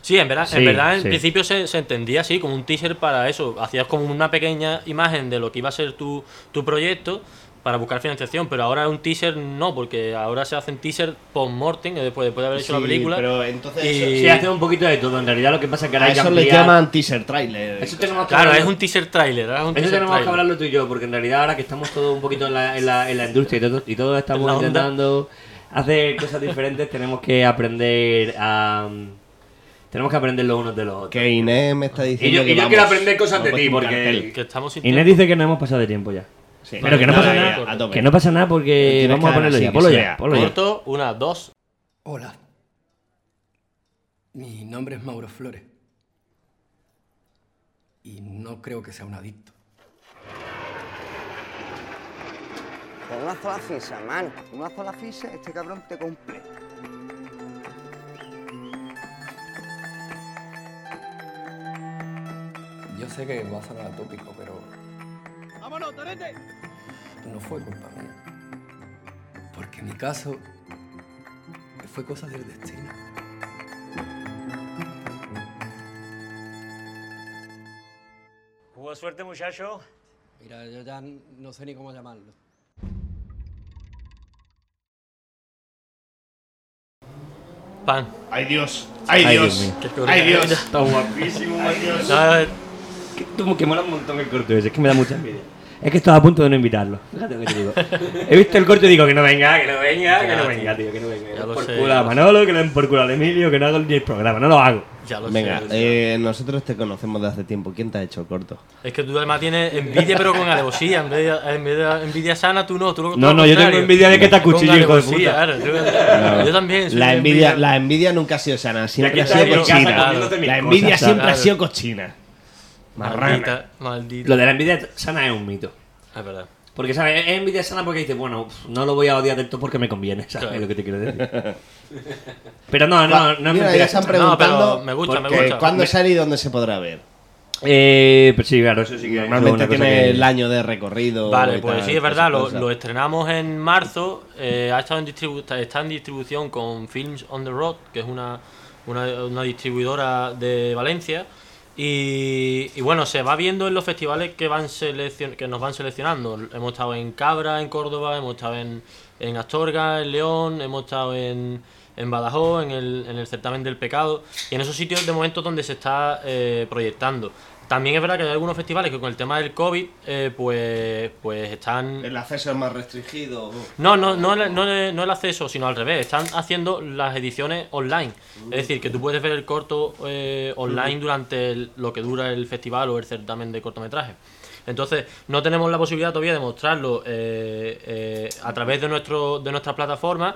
G: Sí, en verdad,
B: Sí,
G: en, verdad, en
B: sí.
G: principio se, se entendía así, como un teaser para eso. Hacías como una pequeña imagen de lo que iba a ser tu, tu proyecto para buscar financiación, pero ahora un teaser no, porque ahora se hacen teaser post-mortem, que después, después de haber hecho la
C: Sí,
G: película.
C: Pero entonces
G: y-
C: eso-
B: Sí, hace un poquito de todo. En realidad lo que pasa es que ahora
C: a
B: hay que
C: eso le
B: ampliar-
C: llaman teaser trailer.
B: Eso tenemos que
G: Claro, es
B: hablarlo-
G: un teaser trailer. ahora es un
B: Eso
G: teaser
B: tenemos que
G: tráiler.
B: hablarlo tú y yo, porque en realidad ahora que estamos todos un poquito en la, en la, en la industria y todos, y todos
G: En
B: estamos
G: la onda.
B: intentando hacer cosas diferentes, tenemos que aprender a... mm, Tenemos que aprender los unos de los otros.
C: Que Inés me está diciendo.
D: Y yo,
C: que
D: y yo
C: vamos,
D: quiero aprender cosas
C: vamos
D: de ti,
C: con
D: porque...
G: Que estamos sin
B: Inés
G: tiempo.
B: dice que no hemos pasado de tiempo ya.
C: Sí.
B: Pero que no pasa
C: Venga,
B: nada.
C: venga, a tope.
B: Que no pasa nada porque
C: Tienes
B: vamos a
C: que hablar
B: ponerlo
C: así,
B: ya.
C: que
B: Ponlo
C: se
B: ya,
C: vea.
B: ponlo ya.
G: Corto, una, dos.
H: Hola. Mi nombre es Mauro Flores. Y no creo que sea un adicto.
I: Con una sola ficha, mano. Con una sola ficha, este cabrón te completa.
H: Yo sé que va a sonar atópico, pero. ¡Vámonos, Torete! No fue culpa mía. Porque en mi caso. fue cosa del destino.
J: Jugó suerte, muchacho.
H: Mira, yo ya no sé ni cómo llamarlo.
G: Pan.
C: Ay Dios, ay
B: Ay,
C: Dios,
B: Dios
C: ay Dios.
B: Está guapísimo,
G: Ah,
B: Que, tú- que mola un montón el corto ese, es que me da mucha envidia. Es que estaba a punto de no invitarlo. Fíjate lo que te digo. He visto el corto y digo que no venga, que no venga, que
G: Ya,
B: no
G: tío.
B: venga, tío, que no venga.
G: Ya lo
B: por
G: sé,
B: culo
G: ya
B: a
G: lo
B: Manolo, que no den por culo al Emilio, que no hago ni el programa, no lo hago.
G: ya lo
C: Venga,
G: sé.
C: eh, nosotros te conocemos de hace tiempo. ¿Quién te ha hecho corto?
G: Es que tú además tienes envidia, pero con alevosía. En vez de, en vez de envidia sana, tú no. Tú lo,
B: No, no,
G: todo lo
B: yo tengo
G: contrario.
B: envidia de que te
G: Con
B: acuchillo, hijo de
G: alevosía,
B: puta.
G: claro, yo- Yo también. soy
C: La
G: de
C: envidia, la envidia nunca ha sido sana, siempre ha
G: está en
C: sido
G: mi casa
C: cochina.
G: comiéndote mis
C: La envidia
B: cosas,
C: siempre ha
G: ¿sabes?
C: sido cochina.
G: Maldita, maldita.
B: Lo de la envidia sana es un mito.
G: Es verdad.
B: Porque, ¿sabes? Es envidia sana porque dices, bueno, pf, no lo voy a odiar del todo porque me conviene, ¿sabes
G: Claro.
B: lo que te quiero decir? Pero no, no, no es
C: Mira,
B: mentira.
C: ya se han
G: No,
C: preguntado
G: pero me gusta, me
C: que
G: gusta.
C: cuándo
G: Me-
C: sale y dónde se podrá ver.
B: Eh, pues sí, claro, eso sí que
C: Normalmente
B: eso es una cosa
C: tiene
B: que-
C: el año de recorrido.
G: Vale,
C: y
G: pues
C: tal,
G: sí, es
C: todas
G: verdad, lo,
C: esas cosas.
G: lo estrenamos en marzo, eh, ha estado en distribu- está- está en distribución con Films on the Road, que es una, una, una distribuidora de Valencia, y, y bueno, se va viendo en los festivales que, van seleccion que nos van seleccionando. Hemos estado en Cabra, en Córdoba, hemos estado en, en Astorga, en León, hemos estado en, en Badajoz, en el, en el certamen del pecado, y en esos sitios de momento donde se está eh, proyectando. También es verdad que hay algunos festivales que con el tema del COVID, eh, pues, pues están...
C: El acceso es más restringido.
G: No, no, no, el- no, el- no el acceso, sino al revés. Están haciendo las ediciones online. Es decir, que tú puedes ver el corto eh, online durante el- lo que dura el festival o el certamen de cortometraje. Entonces, no tenemos la posibilidad todavía de mostrarlo eh, eh, a través de, nuestro, de nuestra plataforma,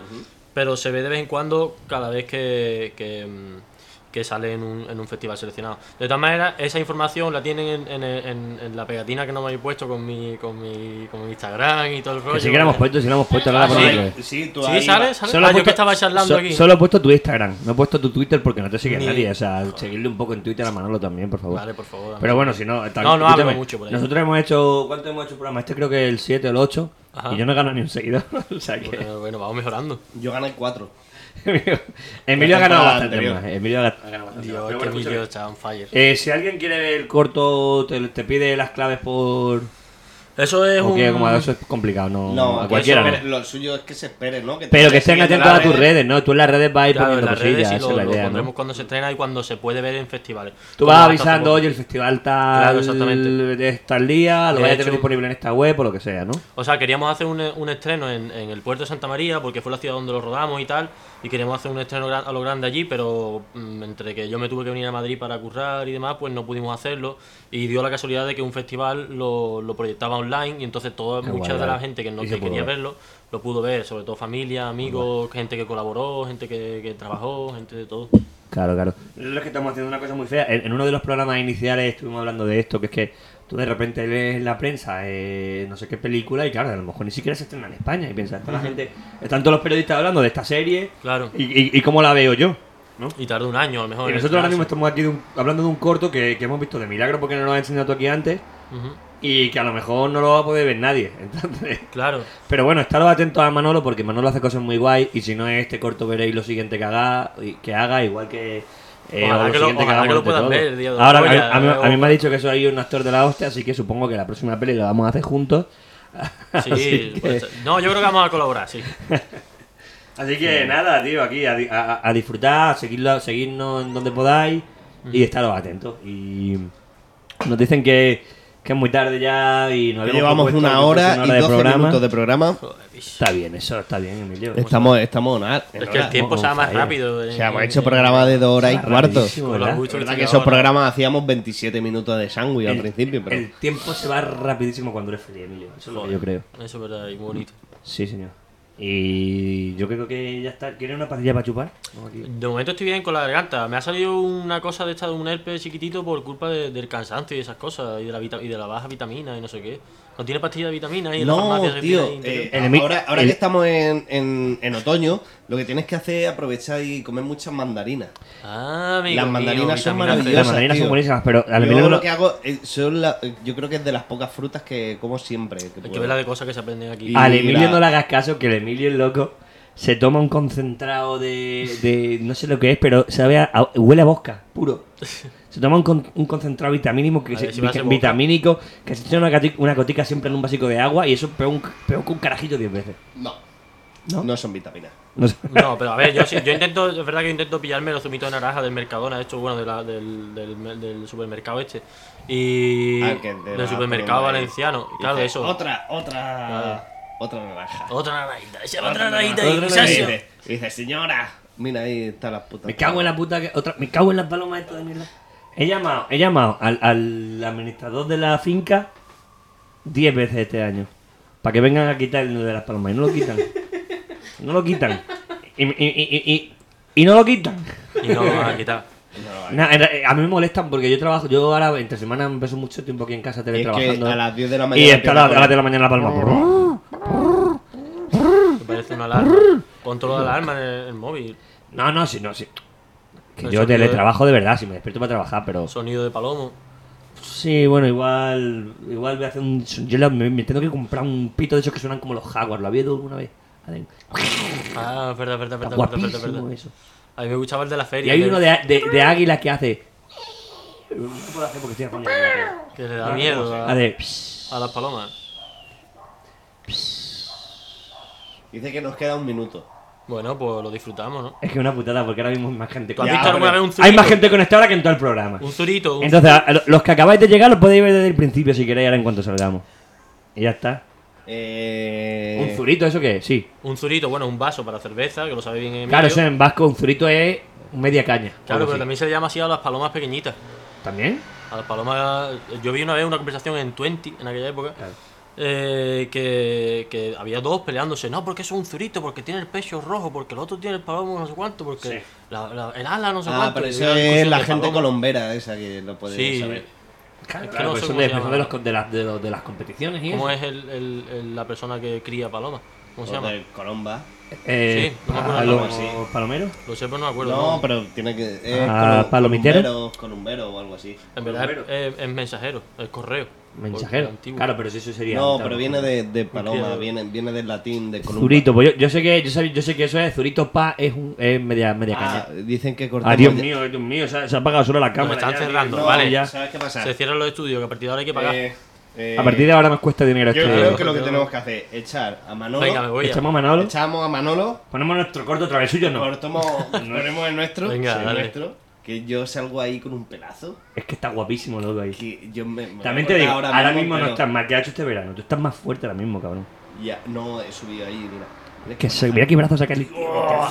G: pero se ve de vez en cuando cada vez que, que, mm, que sale en un, en un festival seleccionado. De todas maneras, esa información la tienen en, en- en- en la pegatina que nos habéis puesto con mi, con mi, con mi Instagram y todo el rollo.
B: Que
G: ¿eh?
B: pues sí que lo hemos puesto, sí que lo hemos puesto, ahora la
G: Ah, Sí.
B: ponemos otra vez.
C: Sí, tú
G: Sí,
C: ahí
G: sale,
C: vas-
G: sale.
B: Solo
G: Ah,
B: he
G: yo
B: puesto-
G: que estaba charlando
B: so-
G: aquí.
B: Solo he puesto tu Instagram, no he puesto tu Twitter porque no te sigue
G: Ni-
B: nadie. O sea, seguirle un poco en Twitter a Manolo también, por favor.
G: Vale, por favor.
B: Pero bueno, si no, tal-
G: No, no
B: escúchame,
G: hablo mucho por ahí.
B: Nosotros hemos hecho. ¿Cuánto hemos hecho programa? Este creo que el 7 o el 8.
G: Ajá.
B: Y yo no gano ni un seguidor. o sea que.
G: Bueno, bueno, vamos mejorando.
C: Yo gané cuatro.
B: Emilio ha
C: La
B: ganado
C: temporada
B: bastante
C: anterior.
B: más. Emilio ha ha ganado bastante más.
G: Dios,
B: Pero
G: es que
B: bueno,
G: mi tío
B: escúchame.
G: está on fire.
B: Eh, si alguien quiere ver el corto, te, te pide las claves por.
G: Eso es
B: o
G: un.
B: que como eso es complicado, no,
C: No,
B: a
C: que
B: cualquiera.
C: eso-
B: ¿no?
C: Lo suyo es que se espere, ¿no? Que te
B: Pero que
C: vayas
B: estén
C: siguiendo
B: atentos
C: las
B: a tus
C: redes.
B: redes, ¿no? Tú en las redes vas a ir
G: Claro, en
B: poniendo
G: las redes
B: cosillas,
G: sí
B: esa
G: lo,
B: es la
G: lo
B: idea,
G: pondremos
B: ¿no?
G: cuando se estrena y cuando se puede ver en festivales.
B: Tú
G: Como
B: vas
G: hasta
B: avisando,
G: hace
B: oye, el festival está
G: Claro, exactamente.
B: está al día, lo
G: De
B: vaya a tener
G: hecho-
B: disponible en esta web o lo que sea, ¿no?
G: poco. O sea, queríamos hacer un, un estreno en, en el puerto de Santa María, porque fue la ciudad donde lo rodamos y tal. Y queríamos hacer un estreno gran- a lo grande allí, pero mm, entre que yo me tuve que venir a Madrid para currar y demás, pues no pudimos hacerlo. Y dio la casualidad de que un festival lo, lo proyectaba online y entonces toda
B: Qué
G: mucha
B: guay,
G: de la
B: vale.
G: gente que no
B: Y
G: te
B: se pudo
G: quería
B: ver.
G: verlo lo pudo ver, sobre todo familia, amigos, gente que colaboró, gente que, que trabajó, gente de todo.
B: Claro, claro. Nosotros que estamos haciendo una cosa muy fea. En en uno de los programas iniciales estuvimos hablando de esto, que es que tú de repente lees en la prensa eh, no sé qué película y claro, a lo mejor ni siquiera se estrena en España y piensas, está la gente, están todos los periodistas hablando de esta serie
G: Claro.
B: y, y- y cómo la veo yo.
G: Y tarda un año a lo mejor.
B: Y
G: en
B: nosotros ahora mismo
G: estrenarse.
B: estamos aquí de un- hablando de un corto que, que hemos visto de milagro porque no nos has enseñado tú aquí antes
G: Ujú,
B: y que a lo mejor no lo va a poder ver nadie. Entonces,
G: Claro.
B: pero bueno, estaros atentos a Manolo porque Manolo hace cosas muy guay y si no es este corto veréis lo siguiente que haga, y- que haga igual que Eh,
G: Ojalá
B: o
G: que lo-
B: siguiente
G: ojalá
B: hagamos
G: que lo
B: entre
G: puedan
B: todos.
G: ver el día de los
B: Ahora, a,
G: Goya,
B: a mí,
G: luego.
B: a mí me ha dicho que soy un actor de la hostia, así que supongo que la próxima peli la vamos a hacer juntos. Así
G: Sí,
B: que-
G: puede ser. No, yo creo que vamos a colaborar, sí.
B: Así que nada, tío, aquí a, di- a- a- a disfrutar, a seguirlo, seguirnos en donde podáis y estaros atentos. Y nos dicen que, que es muy tarde ya y nos
C: Que
B: habíamos
C: llevamos
B: propuesto
C: una
B: que
C: hora
B: fuese
C: y 12 minutos de programa.
B: Está bien, eso está bien, Emilio.
C: Estamos, estamos en hora- en
G: Es que el
C: hora.
G: tiempo sea más
B: Vamos,
G: rápido.
C: O
G: eh,
C: sea, hemos
G: eh,
C: hecho programas de dos horas y
B: Está
C: cuarto.
B: rapidísimo,
G: con los
B: ¿verdad?
G: gustos que
C: verdad que
G: tengo
C: esos
G: ahora.
C: programas hacíamos 27 minutos de sándwich al principio, pero...
B: El tiempo se va rapidísimo cuando eres feliz, Emilio. Eso es lo que yo creo.
G: Eso es verdad, y muy bonito.
B: Sí, señor. Y yo creo que ya está. ¿Quieres una pastilla para chupar? No, aquí.
G: De momento estoy bien con la garganta. Me ha salido una cosa de esta de un herpes chiquitito por culpa de- del cansancio y esas cosas, y de, la vita- y de la baja vitamina y no sé qué. No tiene pastilla de vitamina y en la farmacia
C: No,
G: se
C: tío.
G: pide y-
C: eh,
B: El emi-
C: ahora ahora
B: el-
C: que estamos en, en- en otoño, lo que tienes que hacer es aprovechar y comer muchas mandarinas.
G: Ah, amigo
C: las
G: mío,
C: mandarinas son
G: vitamina C.
C: maravillosas.
B: Las mandarinas
C: tío.
B: son buenísimas, pero a
C: yo
B: Emilio
C: lo
B: no-
C: que hago eh, son la- yo creo que es de las pocas frutas que como siempre. que
G: Hay que
C: puedo.
G: ver la de cosas que se aprenden aquí.
C: Y-
B: al Emilio
C: la-
B: no le hagas caso, que el Emilio es loco. Se toma un concentrado de, de- no sé lo que es, pero sabe a- a- huele a bosca, puro. Se toma un, con- un concentrado vitamínico que
G: A
B: se-
G: ver si me hace
B: vita-
G: boca.
B: vitamínico que se echa una, cati- una cotica siempre en un vasico de agua y eso peor un, peor que un carajillo 10 veces.
C: No.
B: ¿No?
C: ¿No? son vitaminas.
B: No sé.
G: No, pero a ver, yo, sí- yo intento, es verdad que intento pillarme los zumitos de naranja del Mercadona, esto, bueno, de la- del, del- del supermercado este. Y.
C: Ah, que te
G: del
C: vas
G: supermercado
C: poniendo ahí.
G: valenciano.
C: Y
G: Claro,
C: dices,
G: eso.
C: Otra, otra. Otra naranja.
G: Otra naranjita, esa otra naranjita
C: naranja,
G: y
C: otra
G: Sancho.
C: naranja. Y dices, señora, mira ahí está la puta.
B: Me cago en la puta que otra, me cago en las palomas estas de mierda. He llamado, he llamado al, al administrador de la finca 10 veces este año para que vengan a quitar el de las palomas y no lo quitan. No lo quitan. Y, y- y- y- y- y no lo quitan.
G: Y no, ah, quita.
B: Na- en re- a mí me molestan porque yo trabajo, yo ahora entre semana empiezo mucho tiempo aquí en casa
C: Es que
B: teletrabajando.
C: a las 10 de la mañana.
B: y está a la- a las 10 de
C: empieza
B: la mañana la paloma.
G: Me parece una alarma. Pon todo la alarma en el, el móvil.
B: No, no, si no, si. Que
G: El
B: yo
G: sonido de-
B: teletrabajo de verdad, si me despierto para trabajar, pero.
G: Sonido de palomo.
B: Sí, bueno, igual. Igual voy a hacer un. Yo la- me, me tengo que comprar un pito de esos que suenan como los Jaguars. ¿Lo había ido alguna vez? Hacen-
G: Ah, es verdad, es verdad, es verdad, es verdad, es verdad, es
B: Guapísimo
G: verdad.
B: eso.
G: A mí me gustaba el de la
B: Y
G: feria.
B: hay
G: que-
B: uno de, á- de, de águila que hace. No puedo hacer porque estoy haciendo
G: Que le da miedo a,
B: Hace.
G: a las palomas.
C: Dice que nos queda un minuto.
G: Bueno, pues lo disfrutamos, ¿no?
B: Es que es una putada porque ahora mismo hay más gente
G: ¿Tú has
C: Ya,
G: visto alguna
C: hombre.
G: vez un zurito?
B: Hay más gente conectada ahora que en todo el programa.
G: Un zurito. un-
B: Entonces, a- a- los que acabáis de llegar los podéis ver desde el principio si queréis ahora en cuanto salgamos. Y ya está.
C: Eh,
B: ¿Un zurito eso qué? Sí.
G: Un zurito, bueno, un vaso para cerveza, que lo sabe bien Emilio.
B: Claro, eso en vasco un zurito es media caña.
G: Claro,
B: Algo
G: pero
B: así.
G: también se le llama así a las palomas pequeñitas.
B: ¿También?
G: A las palomas. Yo vi una vez una conversación en 20, en aquella época.
B: Claro.
G: eh, que, que había dos peleándose. No, porque eso es un zurito, porque tiene el pecho rojo, porque el otro tiene el palomo no sé cuánto, porque
B: Sí.
G: la- la- el ala no sé
C: Ah,
G: cuánto.
C: pero
G: y
C: eso
G: era una
C: es
G: discusión
C: la
G: de
C: gente
G: palomas.
C: colombera esa que lo puede
G: Sí,
C: saber.
B: Claro,
G: que no
B: pues
G: sé
B: son
G: cómo
B: de,
G: se
B: son
G: llama.
B: de, los- de las- de los- de las competiciones y
G: ¿Cómo
B: eso.
G: es el, el- el- la persona que cría palomas? ¿Cómo se
C: O
G: llama?
C: del Colomba.
B: Eh,
G: Sí, pues no me acuerdo
B: palo-
G: el nombre,
C: sí.
B: ¿Palomero?
G: Lo sé, pero no me acuerdo.
C: No,
G: ¿no?
C: pero tiene que. es
B: Ah,
C: colo-
B: ¿palomitero?
C: columberos, columbero o algo así.
G: En verdad es, es mensajero, es correo.
B: Mensajero.
G: Porque antiguo.
B: Claro, pero si eso sería.
C: No,
B: claro.
C: pero viene de, de paloma,
G: criadero.
C: viene, viene del latín, de columba.
B: Zurito, pues yo, yo sé que, yo, sé, yo sé que eso es Zurito Pa, es, un, es media, media
C: Ah,
B: caña.
C: dicen que cortamos.
B: Ah, Dios
C: ya-
B: mío, ay, Dios mío, se ha, se ha apagado solo la cámara.
G: están
B: ya,
G: cerrando,
B: tío,
C: No,
G: vale,
B: ya.
C: ¿Sabes qué pasa?
G: Se cierran los estudios, que a partir de ahora hay que pagar.
C: Eh, eh,
B: A partir de ahora este, nos cuesta dinero
C: Yo
B: esto.
C: creo
B: tío.
C: que lo que tenemos que hacer es echar a Manolo.
G: Venga, me voy. ya.
B: Echamos a Manolo.
C: Echamos a Manolo.
B: Ponemos nuestro corto otra vez suyo, no.
C: Cortamos, ponemos el nuestro.
G: Venga,
C: sí, el
G: dale.
C: nuestro. Que yo salgo ahí con un pelazo.
B: Es que está guapísimo loco ahí.
C: Que yo me. me
B: También
C: voy
B: te
C: a
B: digo,
C: cortar
B: ahora, mismo no
C: pero-
B: estás más que ha hecho este verano. Tú estás más fuerte ahora mismo, cabrón.
C: Ya, no, he subido ahí, mira. Mira
B: Que
C: qué
B: se, mira qué brazo saca el.
C: Oh.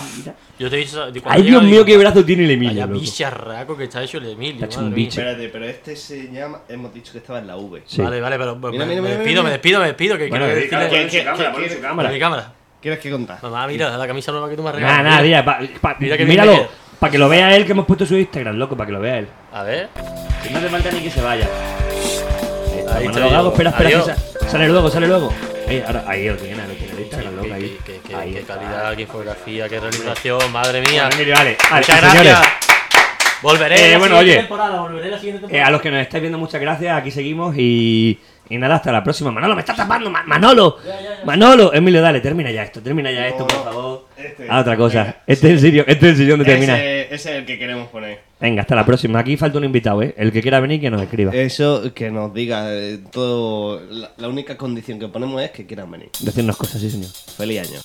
G: Yo te he dicho. cuando
B: Ay,
G: llega,
B: Dios
G: digo,
B: mío, qué brazo tiene el Emilio.
G: Vaya
B: loco.
G: bicharraco que está hecho el Emilio.
B: Está hecho
G: madre
B: un
G: mía.
B: bicho.
C: Espérate, pero este se llama. Hemos dicho que estaba en la V.
B: Sí.
G: Vale, vale, pero
C: Mira,
G: me,
C: mira,
G: me
C: mira,
G: despido,
C: mira.
G: me despido, me despido, que
B: Bueno,
G: quiero
B: que-
G: decirle
B: que-
C: ¿Qué-
B: que-
C: qué-
B: cámara,
C: qué-
B: ponle su
G: a
B: cámara.
G: mi cámara.
C: ¿Quieres que contar?
G: Mamá, mira, la camisa nueva que tú me has
B: Nada,
G: regalado.
B: nada,
G: mira.
B: mira, pa- pa-
G: Mira que
B: míralo.
G: bien me
B: Para que lo vea él, que hemos puesto su Instagram, loco, para que lo vea él.
G: A ver.
B: Que no te falta ni que se vaya. Ahí está,
G: Ahí
B: Manolo
G: está,
B: Gago,
G: Diego.
B: espera, espera, que
G: Adiós.
B: sa- sale luego, sale luego. Ahí, ahora, ahí lo tiene, lo tiene el Instagram, loco, ahí.
G: Qué, qué- qué-
B: Ahí
G: qué
B: está.
G: calidad, qué fotografía, qué realización, madre mía.
B: Bueno, Emilio, vale, vale, pues,
G: Muchas
B: señores.
G: gracias. Volveré
B: Eh,
G: la
B: bueno,
G: siguiente
B: oye.
G: temporada, volveré la siguiente
B: Eh,
G: temporada.
B: a los que nos estáis viendo, muchas gracias. Aquí seguimos y, y nada, hasta la próxima. Manolo, me está tapando, Ma- Manolo. Manolo, Emilio, dale, termina ya esto, termina ya esto, por favor.
C: Este.
B: Ah, otra cosa.
C: Venga.
B: este es el sitio, este es el sitio donde termina.
C: Ese, ese es el que queremos poner.
K: Venga, hasta la próxima. Aquí falta un invitado, ¿eh? El que quiera venir, que nos escriba.
C: Eh. Eso que nos diga eh, todo. La, la única condición que ponemos es que quieran venir.
K: Decirnos cosas, sí, señor.
C: Feliz año.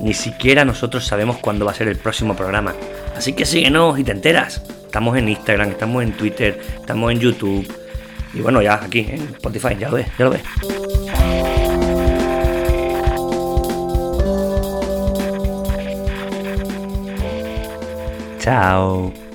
B: Ni siquiera nosotros sabemos cuándo va a ser el próximo programa. Así que síguenos y te enteras. Estamos en Instagram, estamos en Twitter, estamos en YouTube. Y bueno, ya aquí en Spotify, ya lo ves, ya lo ves. Chao.